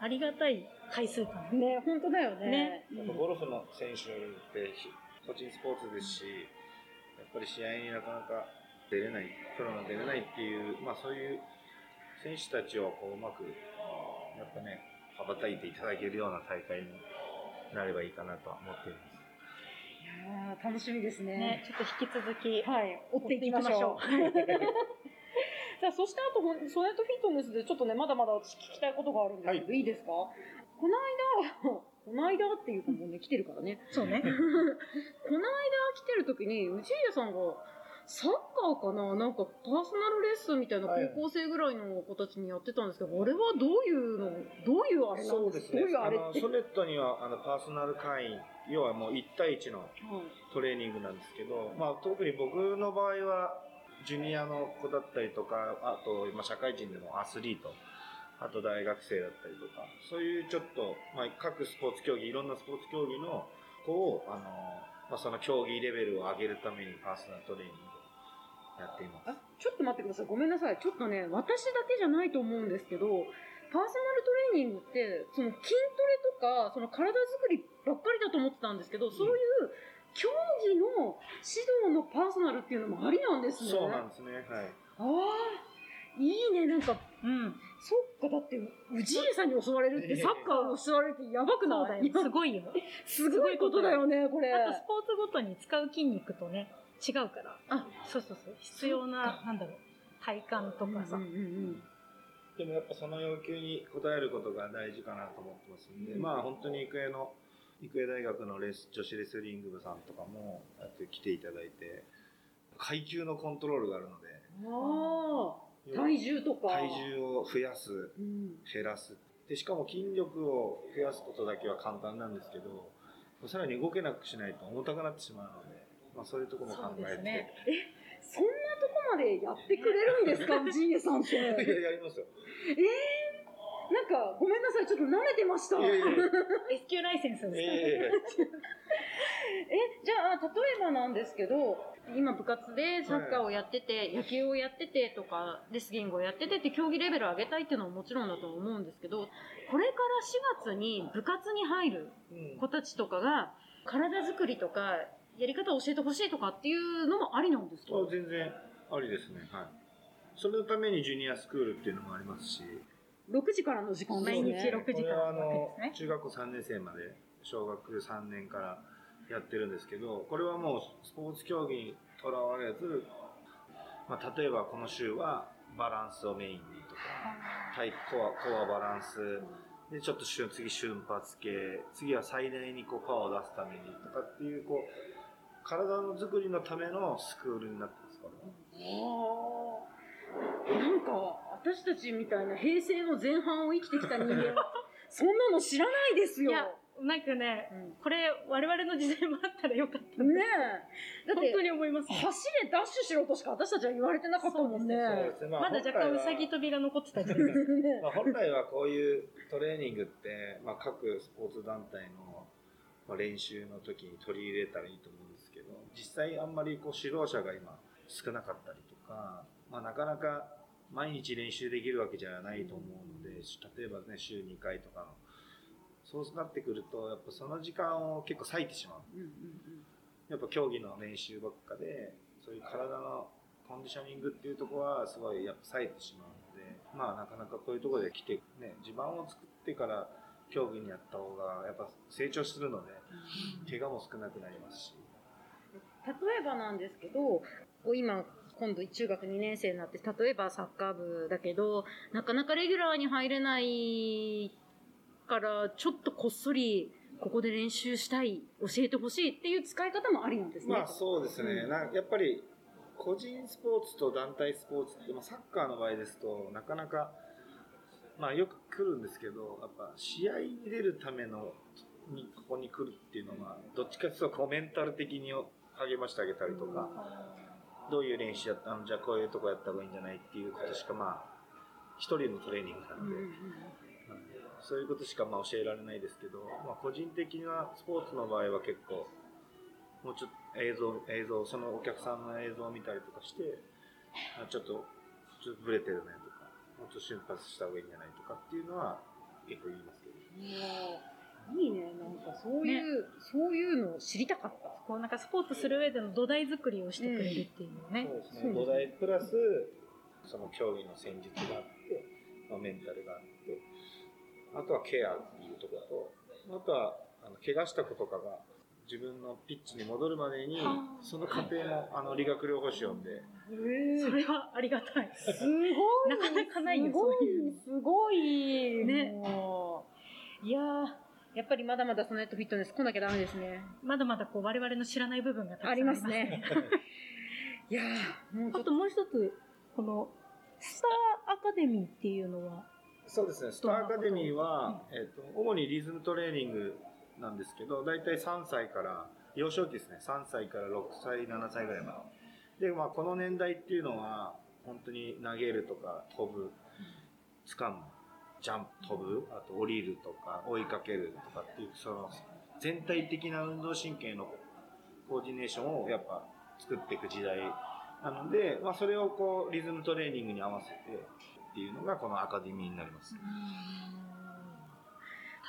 C: ありがたい回数かな。
B: ね本当だよね
C: ね
B: うん
H: やっぱゴルフの選手ってひ個人スポーツですし、やっぱり試合になかなか出れない、プロの出れないっていう、まあそういう選手たちをこううまく、やっぱね、羽ばたいていただけるような大会になればいいかなとは思っています。
B: いやー楽しみです
C: ね、ちょっと引き続き、
B: はい、追っていきましょう。さあ、そしてあと、ほんソネットフィットネスでちょっとね、まだまだ私聞きたいことがあるんですけど、い、いですかこの間、 この間っていうかもうね、来てるからね。
C: そうね。
B: この間来てる時に、氏家さんが、サッカーかななんかパーソナルレッスンみたいな
H: はい
B: 高校生ぐらいの子たちにやってたんですけど、あれはどういうの、どういうあれなんですかどういうあ
H: あ
B: れ
H: の
B: って。
H: ソネットにはあのパーソナル会員、要はもう1対1のトレーニングなんですけど、まあ、特に僕の場合はジュニアの子だったりとかあと今社会人でもアスリートあと大学生だったりとかそういうちょっと、まあ、各スポーツ競技いろんなスポーツ競技の子をあの、まあ、その競技レベルを上げるためにパーソナルトレーニングをやっています
B: あちょっと待ってください。ごめんなさい。ちょっとね、私だけじゃないと思うんですけど、パーソナルトレーニングって、その筋トレとか、その体作りばっかりだと思ってたんですけど、そういう競技の指導のパーソナルっていうのもありなんですね。
H: そうなん
B: あ
H: ですねはい
B: あー、いいね。なんか、
C: うん。
B: そっか、だって、氏家さんに襲われるって、サッカーを襲われるってやばく
C: そう
B: な
C: だ
B: い
C: よ。すごいよ。
B: すごいことだよね、これ。
C: あとスポーツごとに使う筋肉とね、違うから。
B: あ、
C: そうそうそう。必要な、なんだろう、体幹とかさ。
B: うんうんうん
H: でもやっぱその要求に応えることが大事かなと思ってますんで、まあ本当に育英の育英大学のレス女子レスリング部さんとかもやって来ていただいて階級のコントロールがあるので
B: ああ、体重とか。
H: 体重を増やす
B: うん
H: 減らすでしかも筋力を増やすことだけは簡単なんですけどさらに動けなくしないと重たくなってしまうので、まあ、そういうところも考え
C: そうで
H: て、
C: すね
B: そんなとこまでやってくれるんですか、 ジーエさんって。なん
H: いややりますよ
B: か、ごめんなさい、ちょっと舐めてました。
H: いやいやいや
B: え、
C: S q ライセンスです
H: いや
C: か
H: いやいや
B: じゃあ、
E: 例えばなんですけど、今部活でサッカーをやってて、野球をやっててとか、レスリングをやっててって競技レベルを上げたいっていうのはもちろんだと思うんですけど、これから4月に部活に入る子たちとかが、体作りとか、やり方を教えてほしいとかっていうのもありなんですか
H: あ全然ありですね。はい。そのためにジュニアスクールっていうのもありますし、
E: 6時からの時間
H: そうですね
E: 6時
H: こ
E: か
H: れ
E: ら
H: はあの
E: ですね
H: 中学校3年生まで小学3年からやってるんですけどこれはもうスポーツ競技にとらわれず、まあ、例えばこの週はバランスをメインにとか体コアコアバランスでちょっと瞬次瞬発系次は最大にこうパワーを出すためにとかっていうこう体の作りのためのスクールになってますからね
E: なんか、私たちみたいな平成の前半を生きてきた人間 は、そんなの知らないですよ。
G: いや、なんかね、
E: うん
G: これ我々の時代もあったらよかった。
E: ねえ。だっ
G: 本当
E: て、
G: に思います。
E: 走れダッシュしろとしか私たちは言われてなかったもんね。
H: そうですねまあ
G: まだ若干うさぎ飛びが残ってたじゃないですか。
H: まあ、本来はこういうトレーニングって、まあ、各スポーツ団体のまあ練習の時に取り入れたらいいと思うんですけど実際あんまりこう指導者が今少なかったりとか、まあ、なかなか毎日練習できるわけじゃないと思うので例えばね週2回とかのそうなってくるとやっぱその時間を結構割いてしまうやっぱ競技の練習ばっかで、そういう体のコンディショニングっていうところはすごいやっぱ割いてしまうので、まあなかなかこういうところで来て、ね、地盤を作ってから競技にやった方がやっぱ成長するので、怪我も少なくなりますし。
E: 例えばなんですけど、こう今、今度中学2年生になって、例えばサッカー部だけど、なかなかレギュラーに入れないから、ちょっとこっそり、ここで練習したい、教えてほしいっていう使い方もありなんですね。
H: まあそうですね、なんやっぱり個人スポーツと団体スポーツって、まあ、サッカーの場合ですとなかなか、まあ、よく来るんですけどやっぱ試合に出るためのにここに来るっていうのはどっちかというとこうメンタル的に励ましてあげたりとか、どういう練習やったあのじゃあこういうとこやった方がいいんじゃないっていうことしかまあ一人のトレーニングなので。はいそういうことしかまあ教えられないですけど、まあ、個人的なスポーツの場合は結構、もうちょっと映像、映像、そのお客さんの映像を見たりとかして、あちょっと、ちょっとブレてるねとか、もうちょっと瞬発した方がいいんじゃないとかっていうのは結構言いますけど。
E: いいね、なんかそういう、そういうのを知りたかった。
G: こうなんかスポーツする上での土台作りをしてくれるっていうのね。
H: そうですね。土台プラス、その競技の戦術があって、まあ、メンタルがあって、あとはケアっていうところと、あとは、あの、怪我した子とかが、自分のピッチに戻るまでに、その過程も、あの、理学療法士呼んで、
G: それはありがたい。
E: すご
G: なかなかないよ
E: すごい
G: そういう、
E: すごい。
G: ね
E: も う。いやー、やっぱりまだまだソネットフィットネス来なきゃダメですね。
G: まだまだこう我々の知らない部分がたくさん
E: あります。ね。いやー、もうちょ
G: あ
E: っ
G: と
E: と。
G: もう一つ、このスターアカデミーっていうのは、
H: そうですね、スターアカデミーは、えっと主にリズムトレーニングなんですけど、大体3歳から、幼少期ですね、3歳から6歳、7歳ぐらいまで。で、まあ、この年代っていうのは、本当に投げるとか、飛ぶ、掴む、ジャンプ、飛ぶ、あと降りるとか、追いかけるとかっていう、その、全体的な運動神経のコーディネーションをやっぱ作っていく時代なので、まあ、それをこう、リズムトレーニングに合わせてっていうのが、このアカデミーになります。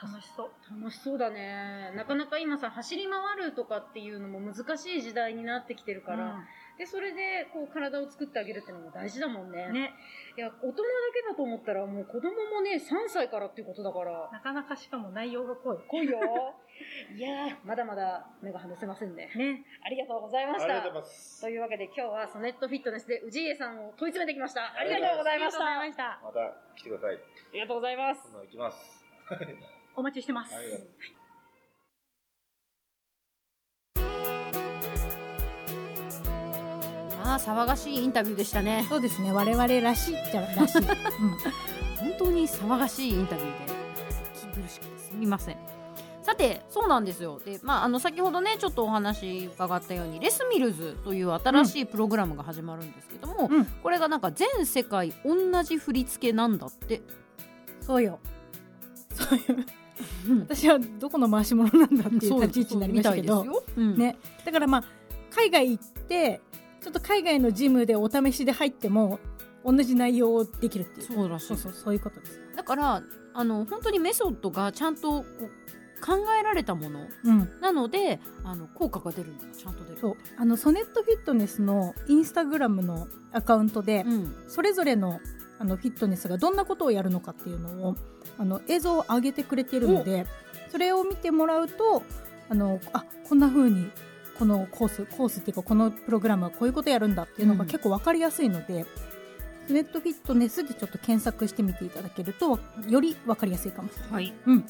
G: 楽しそう。
E: 楽しそうだね。なかなか今さ、走り回るとかっていうのも難しい時代になってきてるから、で、それで、こう、体を作ってあげるってのも大事だもんね。
G: ね。
E: いや、大人だけだと思ったら、もう子供もね、3歳からっていうことだから。
G: なかなかしかも内容が濃い。
E: 来いよ。 いやー、まだまだ目が離せませんね。
G: ね。
E: ありがとうございました。
H: ありがとうございます。
E: というわけで今日はソネットフィットネスで氏家さんを問い詰めてきました。あ
H: あ
E: り
H: り
E: が
H: がと
E: とう
H: う
E: ご
H: ご
E: ざ
H: ざ
E: い
H: い
E: ま
H: ま
E: し。
H: した
G: あ
E: あ
G: りがとうございました。
H: また来てください。
E: りがとうございます。
H: 今度行きます。
G: お待ちしてます
H: あ。りがとう。
B: ああ騒がしいインタビューでしたね
C: そうですね我々らしいっちゃらしい、うん
B: 本当に騒がしいインタビューで聞き苦しくてすみませんさてそうなんですよで、まあ、あの先ほどねちょっとお話伺ったようにレスミルズという新しいプログラムが始まるんですけども、
C: うん
B: これがなんか全 世界同じ振り付けなんだって
C: そうよそうよ私はどこの回し物なんだっていう
B: そう
C: 立ち位置になりましたけど
B: そうみたいですようん
C: ね、だからまあ海外行ってちょっと海外のジムでお試しで入っても同じ内容をできるっていう
B: そうらしい
C: そうそうそういうことです、
B: だからあの本当にメソッドがちゃんとこう考えられたもの
C: うん、
B: なのであの効果が出るのがちゃんと出る
C: そうあのソネットフィットネスのインスタグラムのアカウントで、
B: うん
C: それぞれのあのフィットネスがどんなことをやるのかっていうのをあの映像を上げてくれてるのでそれを見てもらうとあのあこんな風にこのコースコースっていうかこのプログラムはこういうことやるんだっていうの
B: う
C: が
B: ん
C: 結構わかりやすいので、ネットフィットネスでちょっと検索してみていただけるとよりわかりやすいかもしれない。
B: はい
C: うん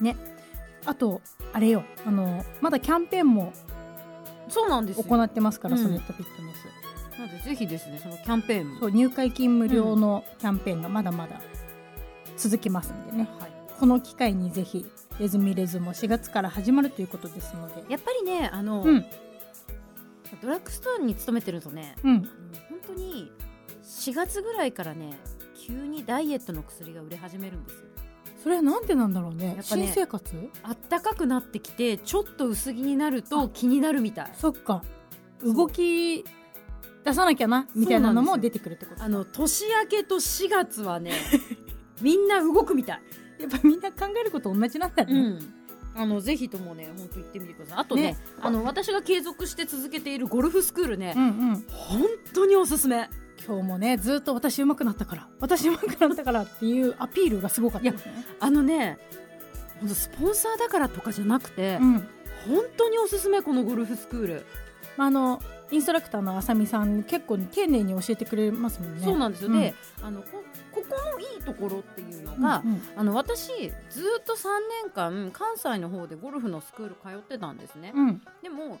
C: ね、あとあれよあのまだキャンペーンも
B: そうなんですよ
C: 行ってますから、
B: うん
C: ソネットフィットネス。
B: なのでぜひですねそのキャンペーンも
C: そう入会金無料のキャンペーンがまだまだ続きますんでね、
B: はい
C: この機会にぜひレズミレズも4月から始まるということですので
B: やっぱりねあの、
C: うん
B: ドラッグストアに勤めてるとね
C: うん
B: あの本当に4月ぐらいからね急にダイエットの薬が売れ始めるんですよ
C: それはなんでなんだろうね
B: やっぱね
C: 新生活
B: あったかくなってきてちょっと薄着になると気になるみたい
C: そっか動き出さなきゃなみたいなのも
B: そうなん
C: 出
B: ですよ
C: てくるってこと
B: あの年明けと4月は ねみんな動くみたい、
C: やっぱみんな考えること同じなんだね、
B: うん、あのぜひともね本当行ってみてくださいあとね
C: ね
B: あの私が継続して続けているゴルフスクールね、
C: うんうん
B: 本当におすすめ
C: 今日もねずっと私上手くなったから私上手くなったからっていうアピールがすごかったですね
B: あのねほんとスポンサーだからとかじゃなくて、
C: うん
B: 本当におすすめこのゴルフスクール、
C: まあ、あのインストラクターのあさみさん結構丁寧に教えてくれますもんね。
B: そうなんですよ、
C: うん
B: であのこここのいいところっていうの
C: うん
B: が、
C: うん
B: あの私ずっと3年間関西の方でゴルフのスクール通ってたんですね、
C: うん
B: でも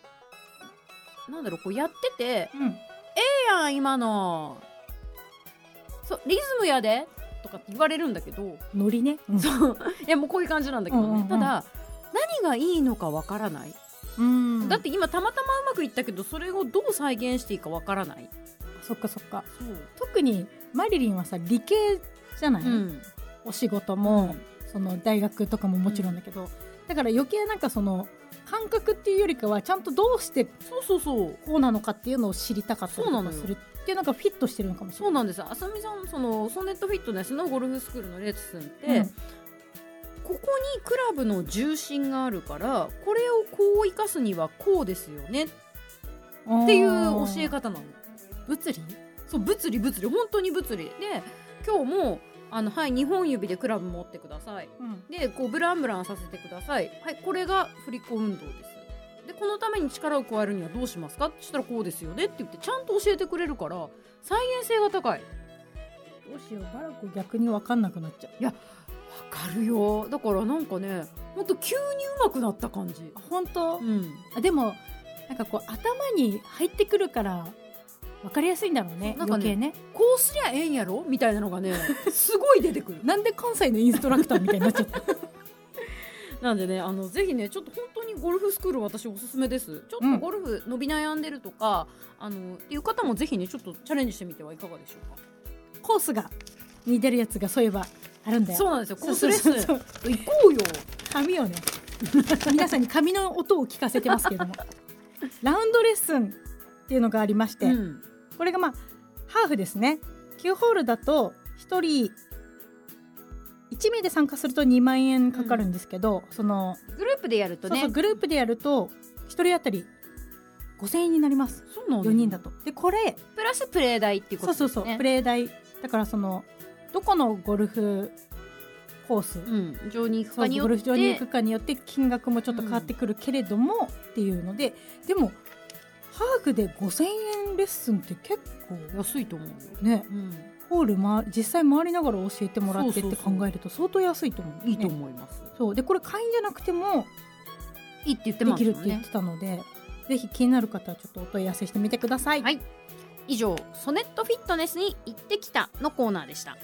B: なんだろうこうやってて
C: うん
B: 「やん今のそうリズムやで」とかって言われるんだけど
C: ノリね、うん
B: そういやもうこういう感じなんだけどね、
C: うんうんうん
B: ただ何がいいのかわからない、
C: うん
B: だって今たまたまうまくいったけどそれをどう再現していいかわからない
C: そっかそっか
B: そう、
C: 特にマリリンはさ理系じゃない、
B: うん、
C: お仕事も、その大学とかももちろんだけど、だから余計なんかその感覚っていうよりかはちゃんとどうして
B: そうそうそう
C: こうなのかっていうのを知りたかったり
B: そうな
C: と
B: の
C: か
B: よ
C: するっていうなんかフィットしてるのかもし
B: そ
C: れ
B: う
C: な
B: な
C: い。
B: んですあさみさんそのソネットフィットネスのゴルフスクールのレッスンって、
C: うん
B: ここにクラブの重心があるからこれをこう生かすにはこうですよねっていう教え方なの
C: 物理
B: そう物理物理本当に物理で今日もあのはい2本指でクラブ持ってください
C: うん
B: でこうブランブランさせてくださいはいこれが振り子運動ですでこのために力を加えるにはどうしますかってしたらこうですよねって言ってちゃんと教えてくれるから再現性が高い
C: どうしようバラコ逆に分かんなくなっちゃう
B: わかるよだからなんかねほんと急に上手くなった感じ
C: 本当、
B: うん
C: あでもなんかこう頭に入ってくるから分かりやすいんだろうね
B: そうなんかね
C: 余計ね
B: こうすりゃええんやろみたいなの がねすごい出てくる
C: なんで関西のインストラクターみたいになっちゃった
B: なんでねあのぜひねちょっと本当にゴルフスクール私おすすめですちょっとゴルフ伸び悩んでるとか、あのっていう方もぜひねちょっとチャレンジしてみてはいかがでしょうか
C: コースが似てるやつがそういえばあるんだよ
B: そうなんですよコースレッスン
C: そ
B: 行
C: うそうそう
B: こうよ
C: 髪をね皆さんに髪の音を聞かせてますけどもラウンドレッスンっていうのがありまして、
B: うん
C: これがまあハーフですね9ホールだと1人1名で参加すると2万円かかるんですけど、その
B: グループでやると
C: そう
B: ね
C: そうグループでやると1人当たり5000円になります
B: そうなの
C: 4人だとでこれ
B: プラスプレー代っていうこ
C: そ
B: と
C: うそうそう、
B: ですね
C: プレー代だからそのどこのゴルフコース、
B: うん上に行く
C: そ
B: か
C: う
B: によ
C: ゴ
B: っ
C: ル
B: て
C: フ場に行くかによって金額もちょっと変わってくるけれども、っていうのででもハーフで5000円レッスンって結構
B: 安いと思うよ、
C: ね
B: うん、
C: ホール、ま、実際回りながら教えてもらってっ
B: そう
C: て
B: そうそ
C: 考
B: う
C: えると相当安いと思う、
B: いいと思います、
C: そうでこれ会員じゃなくても
B: いいって言って
C: で
B: ます
C: き
B: も
C: る
B: ん
C: って言っ
B: ね
C: てたのでぜひ気になる方はちょっとお問い合わせしてみてください、
B: はい以上ソネットフィットネスに行ってきたのコーナーでした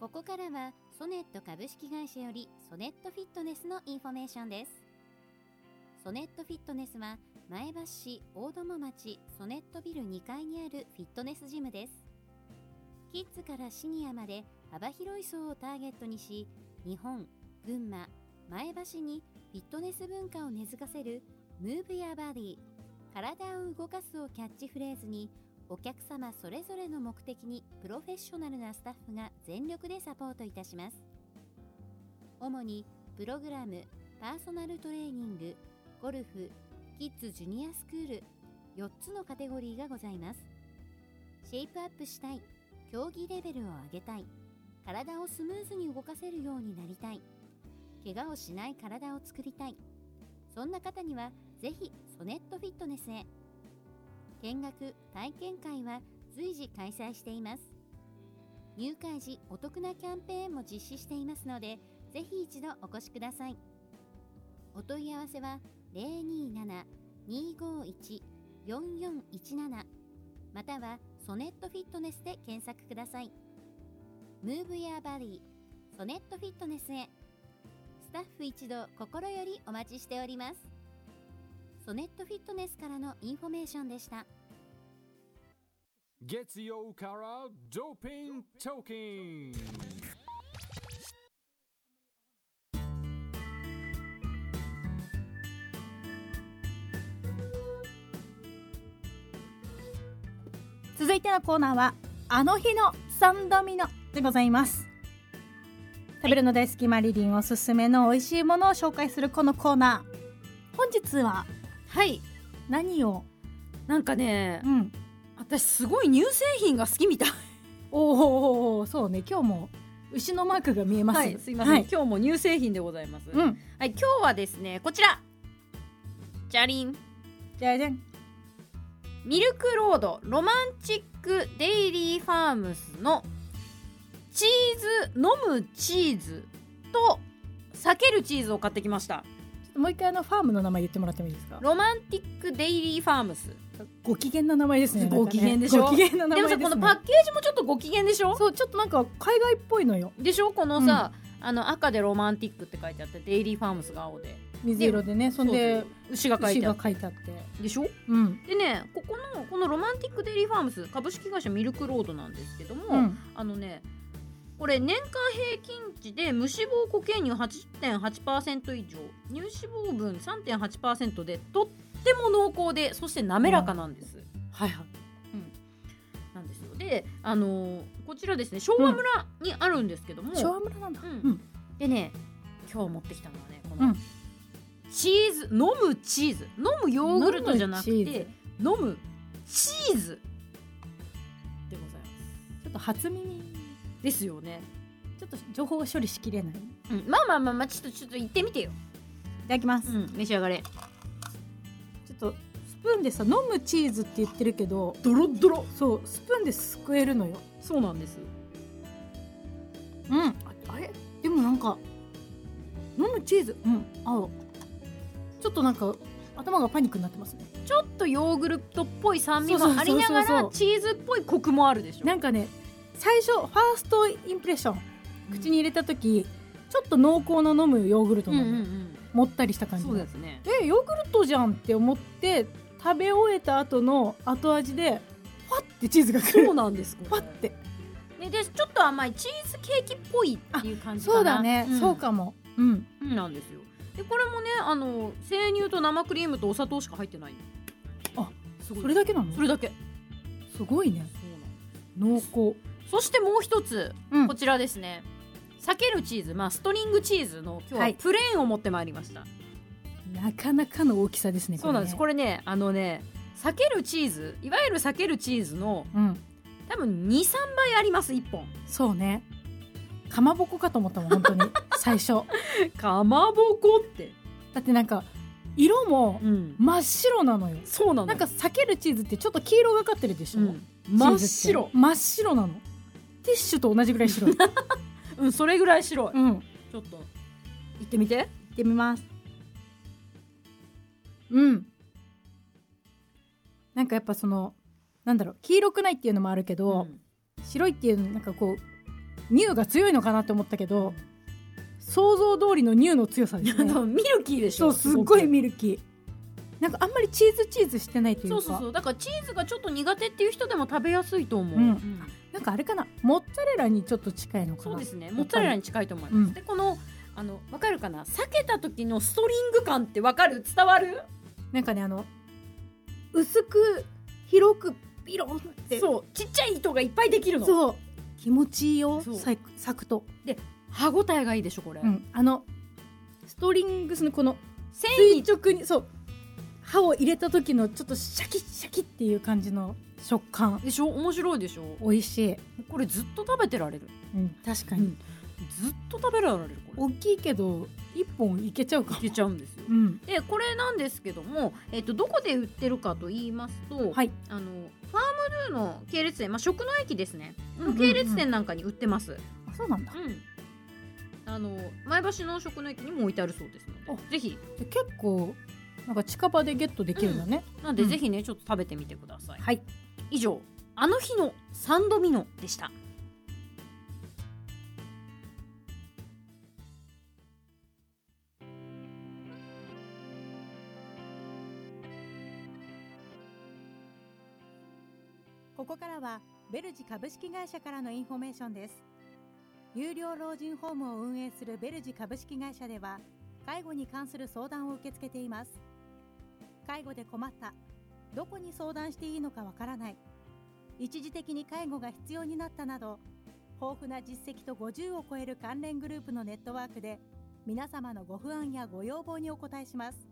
D: ここからはソネット株式会社よりソネットフィットネスのインフォメーションです。ソネットフィットネスは前橋市大友町ソネットビル2階にあるフィットネスジムですキッズからシニアまで幅広い層をターゲットにし日本群馬前橋にフィットネス文化を根付かせる「Move Your Body」体を動かすをキャッチフレーズにお客様それぞれの目的にプロフェッショナルなスタッフが全力でサポートいたします主にプログラムパーソナルトレーニングゴルフキッズジュニアスクール4つのカテゴリーがございますシェイプアップしたい競技レベルを上げたい体をスムーズに動かせるようになりたい怪我をしない体を作りたいそんな方にはぜひソネットフィットネスへ見学体験会は随時開催しています入会時お得なキャンペーンも実施していますのでぜひ一度お越しくださいお問い合わせは027-251-4417またはソネットフィットネスで検索くださいムーブやバディソネットフィットネスへスタッフ一同心よりお待ちしておりますソネットフィットネスからのインフォメーションでした。
A: 月曜からドーピングトーキング
C: 続いてのコーナーはあの日の三度見のでございます食べるの大好きマリリンおすすめの美味しいものを紹介するこのコーナー本日は
B: はい
C: 何を
B: なんかね
C: うん
B: 私すごい乳製品が好きみたい
C: おおそうね今日も牛のマークが見えます、
B: はいすいません、
C: はい
B: 今日も乳製品でございます、
C: う
B: はい
C: ん
B: 今日はですねこちらじゃりん
C: じゃじゃん
B: ミルクロードロマンチックデイリーファームスのチーズ飲むチーズと避けるチーズを買ってきました
C: もう一回あのファームの名前言ってもらってもいいですか
B: ロマンティックデイリーファームス
C: ご機嫌な名前ですね
B: ご機嫌でしょ
C: なんか ねご機嫌な名
B: で
C: 前
B: も
C: です、
B: さ
C: ね、
B: このパッケージもちょっとご機嫌でしょ
C: そうちょっとなんか海外っぽいのよ
B: でしょこのさ、あの赤でロマンティックって書いてあってデイリーファームスが青で
C: 水色でねそん
B: そう
C: で
B: そう牛が書い
C: 牛
B: てあっ
C: が
B: て
C: 書いてあって
B: でしょ
C: うん
B: でねここのこのロマンティックデイリーファームス株式会社ミルクロードなんですけども、
C: うん
B: あのねこれ年間平均値で無脂肪固形乳8.8%以上乳脂肪分3.8%でとっても濃厚でそして滑らかなんです、
C: はいはい
B: なんですよであのーこちらですね昭和村にあるんですけども、
C: 昭和村なんだ
B: う
C: うんん
B: でね今日持ってきたのはねこ
C: う
B: の
C: ん
B: チーズ飲むチーズ飲むヨーグルトじゃなくて
C: 飲むチー
B: 飲
C: ズ
B: むチーズでございます
C: ちょっと初耳
B: ですよね、
C: ちょっと情報を処理しきれないい
B: うん、まあまあまあまあちょっとちょっと行ってみてよ、
C: ただきます、
B: うん、召し上がれ
C: ちょっとスプーンでさ飲むチーズって言ってるけどドロドロそうスプーンですくえるのよ
B: そうなんです
C: うんああれでもなんか飲むチーズうん青ちょっとなんか頭がパニックになってますね
B: ちょっとヨーグルトっぽい酸味
C: そうそうそう
B: も
C: そう
B: ありながらチーズっぽいコクもあるでしょ
C: なんかね最初ファーストインプレッション口に入れた時ちょっと濃厚な飲むヨーグルト
B: うん
C: な
B: う
C: の、
B: ん
C: もったりした
B: う
C: 感
B: ん
C: じ
B: そうですね
C: えヨーグルトじゃんって思って食べ終えた後の後味でファッてチーズがくる
B: そうなんです
C: ファッて
B: ねでちょっと甘いチーズケーキっぽいっていう感じかな
C: そうだね、
B: ん
C: そうかもうん
B: うんなんですよでこれもねあの生乳と生クリームとお砂糖しか入ってない
C: あ
B: すごい
C: それだけなの
B: それだけ
C: すごいね
B: そうなの
C: 濃厚
B: そしてもう一つ、
C: うん
B: こちらですね避けるチーズ、まあ、ストリングチーズの今
C: は
B: 日
C: い
B: はプレーンを持ってまいりました、
C: なかなかの大きさですね
B: そうなんですこ
C: れ
B: れねあのね避けるチーズいわゆる避けるチーズの
C: ねうん
B: 多分23倍あります1本
C: そうねかまぼこかと思ったもん本 当に最初
B: かまぼこって
C: だってなんか色も
B: うん
C: 真っ白なのよ
B: そうなの
C: なんか避けるチーズってちょっと黄色がかってるでし
B: う
C: ょ、
B: ん
C: チ
B: 真っ
C: ーズて
B: 白
C: 真っ白なのティッシュと同じぐらい白 い
B: うんそれぐらい白い、
C: うん行
B: ちょっと行ってみて
C: ってみますうんなんかやっぱそのなんだろう黄色くないっていうのもあるけど、
B: ん
C: 白いっていうなんかこう乳が強いのかなって思ったけど想像通りの乳の強さです
B: あ
C: ね
B: のミルキーでし
C: そ
B: ょ
C: うすっごいミルキーなんかあんまりチーズチーズしてないとい
B: そ
C: うか
B: うそうそうだからチーズがちょっと苦手っていう人でも食べやすいと思う、
C: うんなんかあれかなモッツァレラにちょっと近いのか
B: そ
C: な
B: うですねモッツァレラに近いと思います、
C: うん
B: でこのあの分かるかな裂けた時のストリング感って分かる伝わる
C: なんかねあの薄く広くビロンって
B: そうちっちゃい糸がいっぱいできるの
C: そう気持ちいいよ
B: そう
C: 咲く咲くと、
B: 歯ごたえがいいでしょこれ、
C: うん、あのストリングスのこの
B: 繊維
C: 垂直にそう歯を入れた時のちょっとシャキシャキっていう感じの食感
B: でしょ面白いでしょ
C: 美味しい、
B: これずっと食べてられる
C: うん、確か
B: う
C: に、
B: んずっと食べられるこ
C: 大きいけど一本いけちゃうか
B: れいけちゃうんですよ
C: うん
B: でこれなんですけども、えっとどこで売ってるかと言いますと、
C: はい
B: あのファームルーの系列店、まあ、食の駅ですね
C: うんう
B: の
C: ん
B: 系列店なんかに売ってます、
C: あそうなんだ
B: うんあの前橋の食の駅にも置いてあるそうですのでぜひ
C: で結構なんか近場でゲットできるんだね、
B: なので、
C: うん
B: ぜひねちょっと食べてみてください
C: はい
B: 以上あの日のサンドミノでした
C: ここからはベルジ株式会社からのインフォメーションです。有料老人ホームを運営するベルジ株式会社では、介護に関する相談を受け付けています。介護で困った、どこに相談していいのかわからない、一時的に介護が必要になったなど、豊富な実績と50を超える関連グループのネットワークで、皆様のご不安やご要望にお答えします。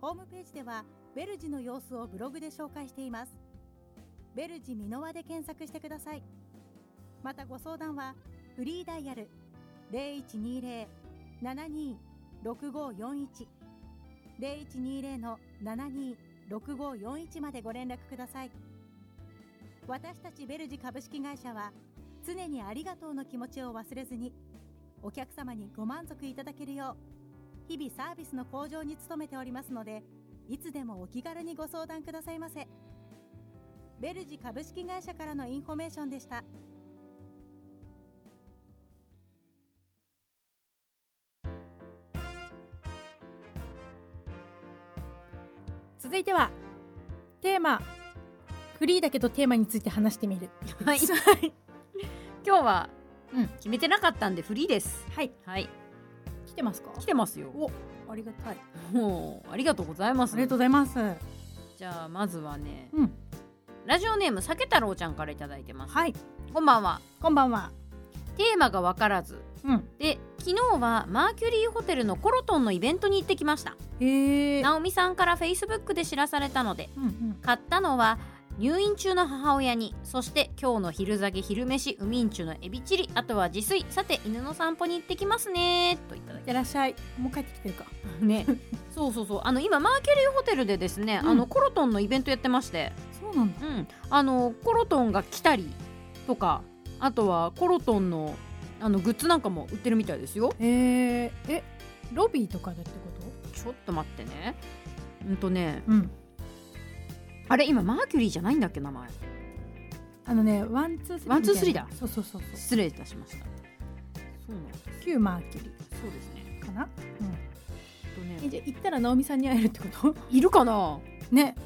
C: ホームページでは、ベルジの様子をブログで紹介しています。ベルジミノワで検索してください。またご相談はフリーダイヤル0120-726541 0120-726541までご連絡ください。私たちベルジ株式会社は常にありがとうの気持ちを忘れずにお客様にご満足いただけるよう日々サービスの向上に努めておりますのでいつでもお気軽にご相談くださいませ。ベルジ株式会社からのインフォメーションでした。続いてはテーマフリーだけどテーマについて話してみる。
B: はい
C: はい
B: 今日は、
C: うん
B: 決めてなかったんでフリーです
C: はい
B: はい
C: 来てますか？
B: 来てますよ
C: おありがたい。あ
B: もうありがとうございます
C: りがとうございます。
B: じゃあまずはね、
C: うん
B: ラジオネーム酒太郎ちゃんからいただいてます、
C: はい
B: こんばんは
C: こんばんは。
B: テーマが分からず
C: うん。
B: で昨日はマーキュリーホテルのコロトンのイベントに行ってきました
C: へえ。
B: 直美さんからフェイスブックで知らされたので
C: うんうん。
B: 買ったのは入院中の母親にそして今日の昼酒昼飯ウミンチュのエビチリあとは自炊さて犬の散歩に行ってきますねといただ
C: いっ
B: き
C: てらっしゃい。もう帰ってきてるか。
B: ねそうそうそうあの今マーキュリーホテルでですね、
C: うん
B: あのコロトンのイベントやってまして
C: そうなんだ。
B: うん、あのコロトンが来たりとかあとはコロトンのあのグッズなんかも売ってるみたいですよ
C: へえ。えロビーとかでってこと？
B: ちょっと待ってねうんとね
C: うん、
B: あれ今マーキュリーじゃないんだっけ名前
C: あのねワンツースリー
B: ワンツースリーだ
C: みたいなそうそうそうそ
B: 失礼いたしましたそうなんです
C: う旧マーキュリ
B: そうですね
C: ーかな
B: えっと
C: え
B: ね
C: じゃあ行ったら直美さんに会えるってこと
B: いるかな
C: ね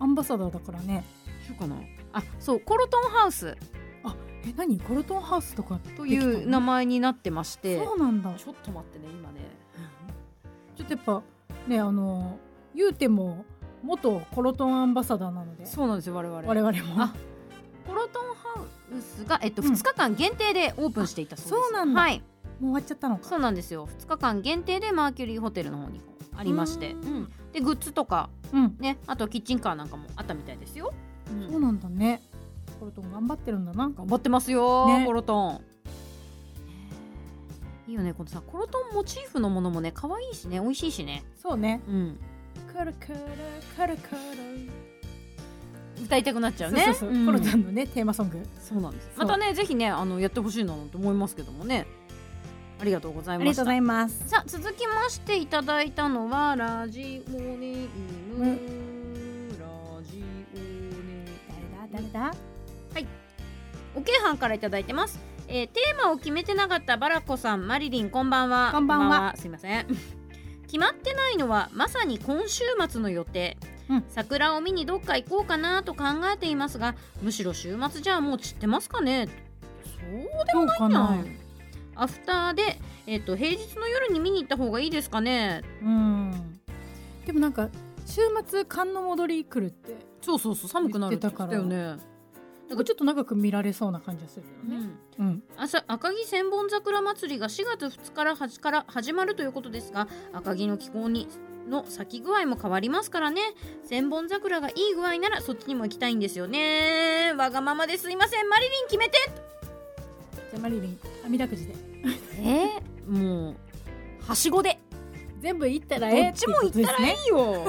C: アンバサダーだからね
B: いるかなあそうコロトンハウス
C: え何コルトンハウスとか
B: という名前になってまして
C: そうなんだ
B: ちょっと待ってね今ね
C: ちょっとやっぱねあの言うても元コロトンアンバサダーなので
B: そうなんですよ我々
C: 我々も
B: あコロトンハウスが、えっと、
C: うん
B: 2日間限定でオープンしていたそうです、
C: あそうなんだ
B: はい
C: もう終わっちゃったのか
B: そうなんですよ2日間限定でマーキュリーホテルの方にありまして、う
C: う
B: んでグッズとか
C: うん
B: ねあとキッチンカーなんかもあったみたいですよ、うん
C: そうなんだねコロトン頑張ってるんだな
B: 頑張ってますよ、
C: ね
B: コロトンいいよねこのさコロトンモチーフのものもね可愛いしね美味しいしね
C: そうね
B: うん
C: コロコロコロコロ
B: 歌いたくなっちゃうね
C: そうそうそう、
B: ん
C: コロトンのねテーマソング
B: そうなんです
C: そ
B: ま
C: う
B: たねぜひねあのやってほしいなと思いますけどもねありがとうございました
C: います
B: さあ続きましていただいたのはラジオネーム、
C: うん
B: ラジオネーム
C: 誰だ誰だ
B: おけいはんからいただいてます、えーテーマを決めてなかったバラコさんマリリンこんばんは
C: こんばんは
B: すいません昨決まってないのはまさに今週末の予定、
C: うん
B: 桜を見にどっか行こうかなと考えていますがむしろ週末じゃもう散ってますかねそうでもないんじゃない
C: どうか
B: アフターで、えっと平日の夜に見に行った方がいいですかね
C: うんでもなんか週末寒の戻り来るって
B: そうそうそう寒くなるって言ってたよね
C: なんかちょっと長く見られそうな感じがするよ
B: う
C: ね。
B: ん
C: うん、
B: 朝赤城千本桜祭りが4月2日から8から始まるということですが赤城の気候にの咲き具合も変わりますからね千本桜がいい具合ならそっちにも行きたいんですよねわがままですいませんマリリン決めて
C: じゃあマリリン網だくじで
B: えー、もうはしごで
C: 全部行ったら
B: ど
C: ええ
B: っちも行ったらい
C: い
B: いよ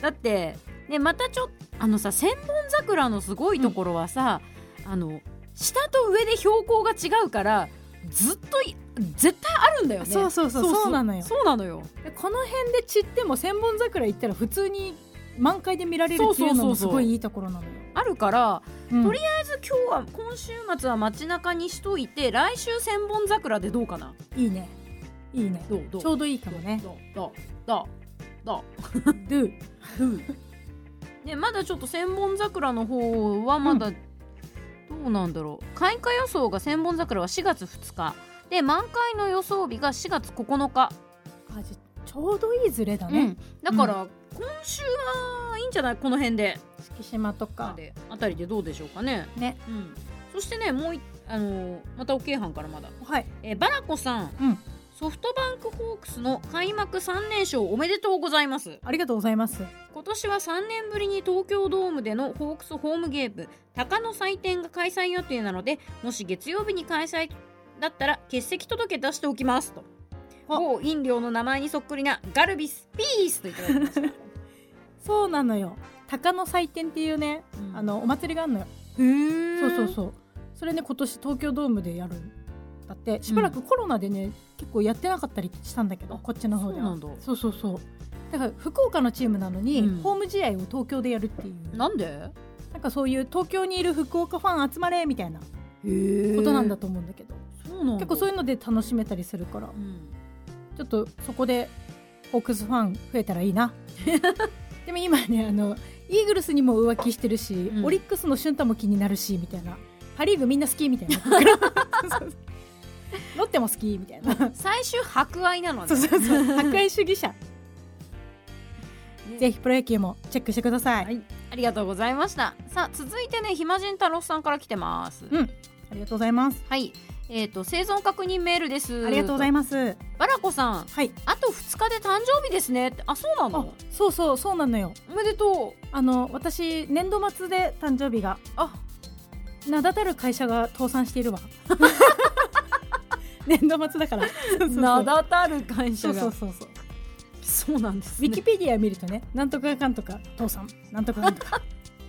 B: だってねまたちょっあのさ千本桜のすごいところはさ、あの下と上で標高が違うからずっとい絶対あるんだよね
C: そうそうそうそうなのよ
B: そうなのよ
C: でこの辺で散っても千本桜行ったら普通に満開で見られるってい
B: そううそう
C: の
B: そう
C: も
B: そ
C: す
B: う
C: ごいいいところなのよ。
B: あるから
C: うん
B: とりまず今日は今週末は街中にしといて来週千本桜でどうかない
C: いねいいね
B: どうどう
C: ちょうどいいかも ね。
B: どうどうどうどう
C: どう
B: ね、まだちょっと千本桜の方はまだ、どうなんだろう開花予想が千本桜は4月2日で満開の予想日が4月9日、
C: あじゃあちょうどいいズレだ
B: う
C: ね。
B: ん、だから、今週はいいんじゃないこの辺で
C: 月島とか
B: であたりでどうでしょうかね、
C: ね
B: うん、そしてねもういあのーまた OK 班からまだ、
C: はい
B: えーバラコさん、
C: うん
B: ソフトバンクホークスの開幕3連勝おめでとうございます
C: ありがとうございます。
B: 今年は3年ぶりに東京ドームでのホークスホームゲーム鷹の祭典が開催予定なのでもし月曜日に開催だったら欠席届出しておきますと
C: あ
B: 某飲料の名前にそっくりなガルビスピースといただきました、
C: そうなのよ鷹の祭典 っていうねあのお祭りがあるのよ。
B: へ
C: そうそうそうそれね今年東京ドームでやるんだってしばらくコロナでね、結構やってなかったりしたんだけど
B: あ
C: こっちの方では
B: そうなんだ
C: そうそうそうだから福岡のチームなのに、
B: うん
C: ホーム試合を東京でやるっていう
B: なんで
C: なんかそういう東京にいる福岡ファン集まれみたいなこ
B: へ
C: となんだと思うんだけど、
B: そうなんだ
C: 結構そう
B: い
C: いうので楽しめたりするから
B: う、ん、
C: ちょっとそこでホークスファン増えたらいい なでも今ねあのイーグルスにも浮気してるし、
B: うん
C: オリックスの俊太も気になるしみたいなパ・リーグみんな好きみたい なロッテも好きみたいな
B: 最終博愛なのね
C: そうそうそう破壊主義者
B: ね
C: ぜひプロ野球もチェックしてください、
B: はいありがとうございましたさあ続いてね暇人太郎さんから来てます、
C: うんありがとうございます
B: はいえー、と生存確認メールです
C: ありがとうございます
B: バラコさん、
C: はい
B: あと2日で誕生日ですねって。あ、そうな
C: あ
B: の
C: そうそうそうなのよ
B: おめでとう。
C: あの私年度末で誕生日が
B: あ、
C: 名だたる会社が倒産して いるわ年度末だからそうそうそう
B: 名だたる会社
C: そう
B: が。
C: そうそうそう。
B: そうなんです
C: ウィキペディア見るとね、なんとかかんとか、父さん、なんとかかんとか。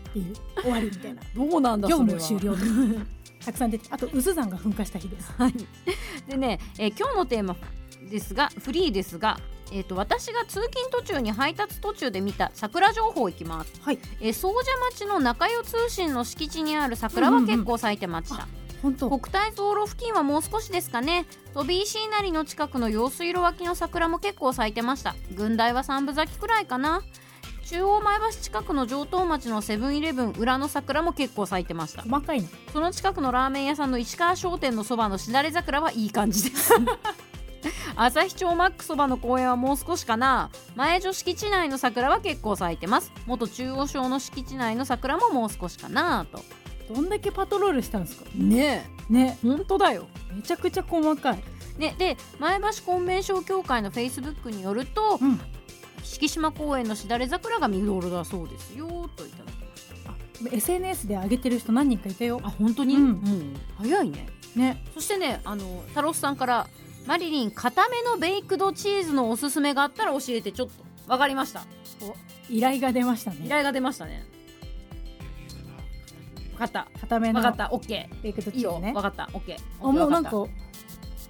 C: っていう、終わりみたいな。
B: どうなんだ
C: 業
B: それ
C: 務
B: は
C: 終了みたいな。たくさん出て、あと、うず山が噴火した日です。
B: はい。でね、えー今日のテーマですが、フリーですが、えー、と私が通勤途中に配達途中で見た桜情報いきます、
C: はい
B: えー、総社町の中代通信の敷地にある桜は結構咲いてました、
C: 本 当。
B: 国体道路付近はもう少しですかね飛び石稲荷の近くの用水路脇の桜も結構咲いてました軍大は三分咲きくらいかな中央前橋近くの城東町のセブンイレブン裏の桜も結構咲いてました
C: 細かいの。
B: その近くのラーメン屋さんの石川商店のそばのしだれ桜はいい感じです 朝日町マックそばの公園はもう少しかな前女敷地内の桜は結構咲いてます元中央省の敷地内の桜ももう少しかなと
C: どんだけパトロールしたんですか。
B: ね
C: ね、
B: え本当だよ
C: めちゃくちゃ細かい。
B: ね、で前橋コンベンション協会のフェイスブックによると、
C: うん
B: 敷島公園のしだれ桜が見頃だそうですよといただきまし
C: あ S. N. S. で上げてる人何人かいたよ
B: た。あ本当に、
C: うん
B: うん早いね
C: ね、
B: そしてねあの太郎さんから「マリリン固めのベイクドチーズのおすすめがあったら教えてちょっと」わかりました
C: 依頼が出ました
B: 依
C: ね。
B: 頼が出ましたねわかった
C: 固めの
B: わかっ。た OK
C: ベイクド
B: いい
C: チー
B: よ
C: ズね
B: わ。かった OK
C: あ、もうなんか。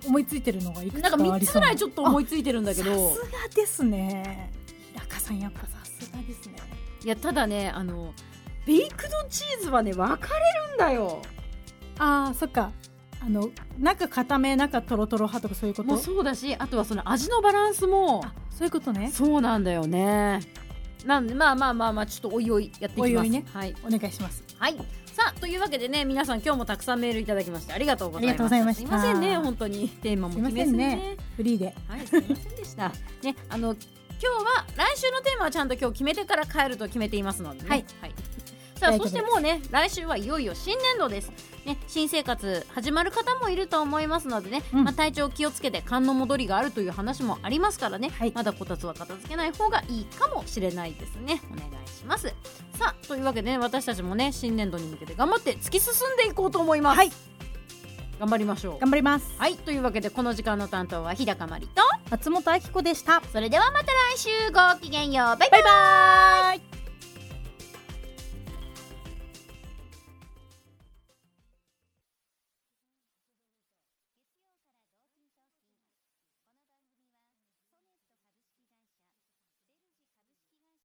C: 思いついてるのがいくつ
B: なん
C: か
B: か
C: あ
B: 3つ
C: りそ
B: ぐ
C: うな。
B: らいちょっと思いついてるんだけど
C: さすがですね。平川さん、やっぱさすがですね。
B: いやただねあのベイクドチーズはね分かれるんだよ
C: あーそっかあの中固め中トロトロ派とかそういうこと
B: もうそうだしあとはその味のバランスも
C: あそういうことね
B: そうなんだよねなんでまあまあまあまあちょっとおいおいやっていきます
C: おいおいね
B: はい、
C: お願いします
B: はい、さあというわけでね皆さん今日もたくさんメールいただきましてありがとうございま
C: ありがとうございまし
B: す
C: た
B: いませんね本当にテーマも決めずに
C: すいま
B: ね
C: フリーで
B: はい、すみませんでした。ね、あの、今日は来週のテーマはちゃんと今日決めてから帰ると決めていますので、ね。
C: はい、
B: さあ
C: 大丈夫
B: そしてもうね来週はいよいよ新年度です、ね、新生活始まる方もいると思いますのでね、
C: うん
B: まあ、体調気をつけて寒の戻りがあるという話もありますからね、
C: はい
B: まだこたつは片付けない方がいいかもしれないですねお願いしますさあというわけで、ね、私たちもね新年度に向けて頑張って突き進んでいこうと思います、
C: はい
B: 頑張りましょう
C: 頑張ります
B: はいというわけでこの時間の担当は日高まりと
C: 松本明子でした
B: それではまた来週ごきげんようバイバイ
C: バイバイ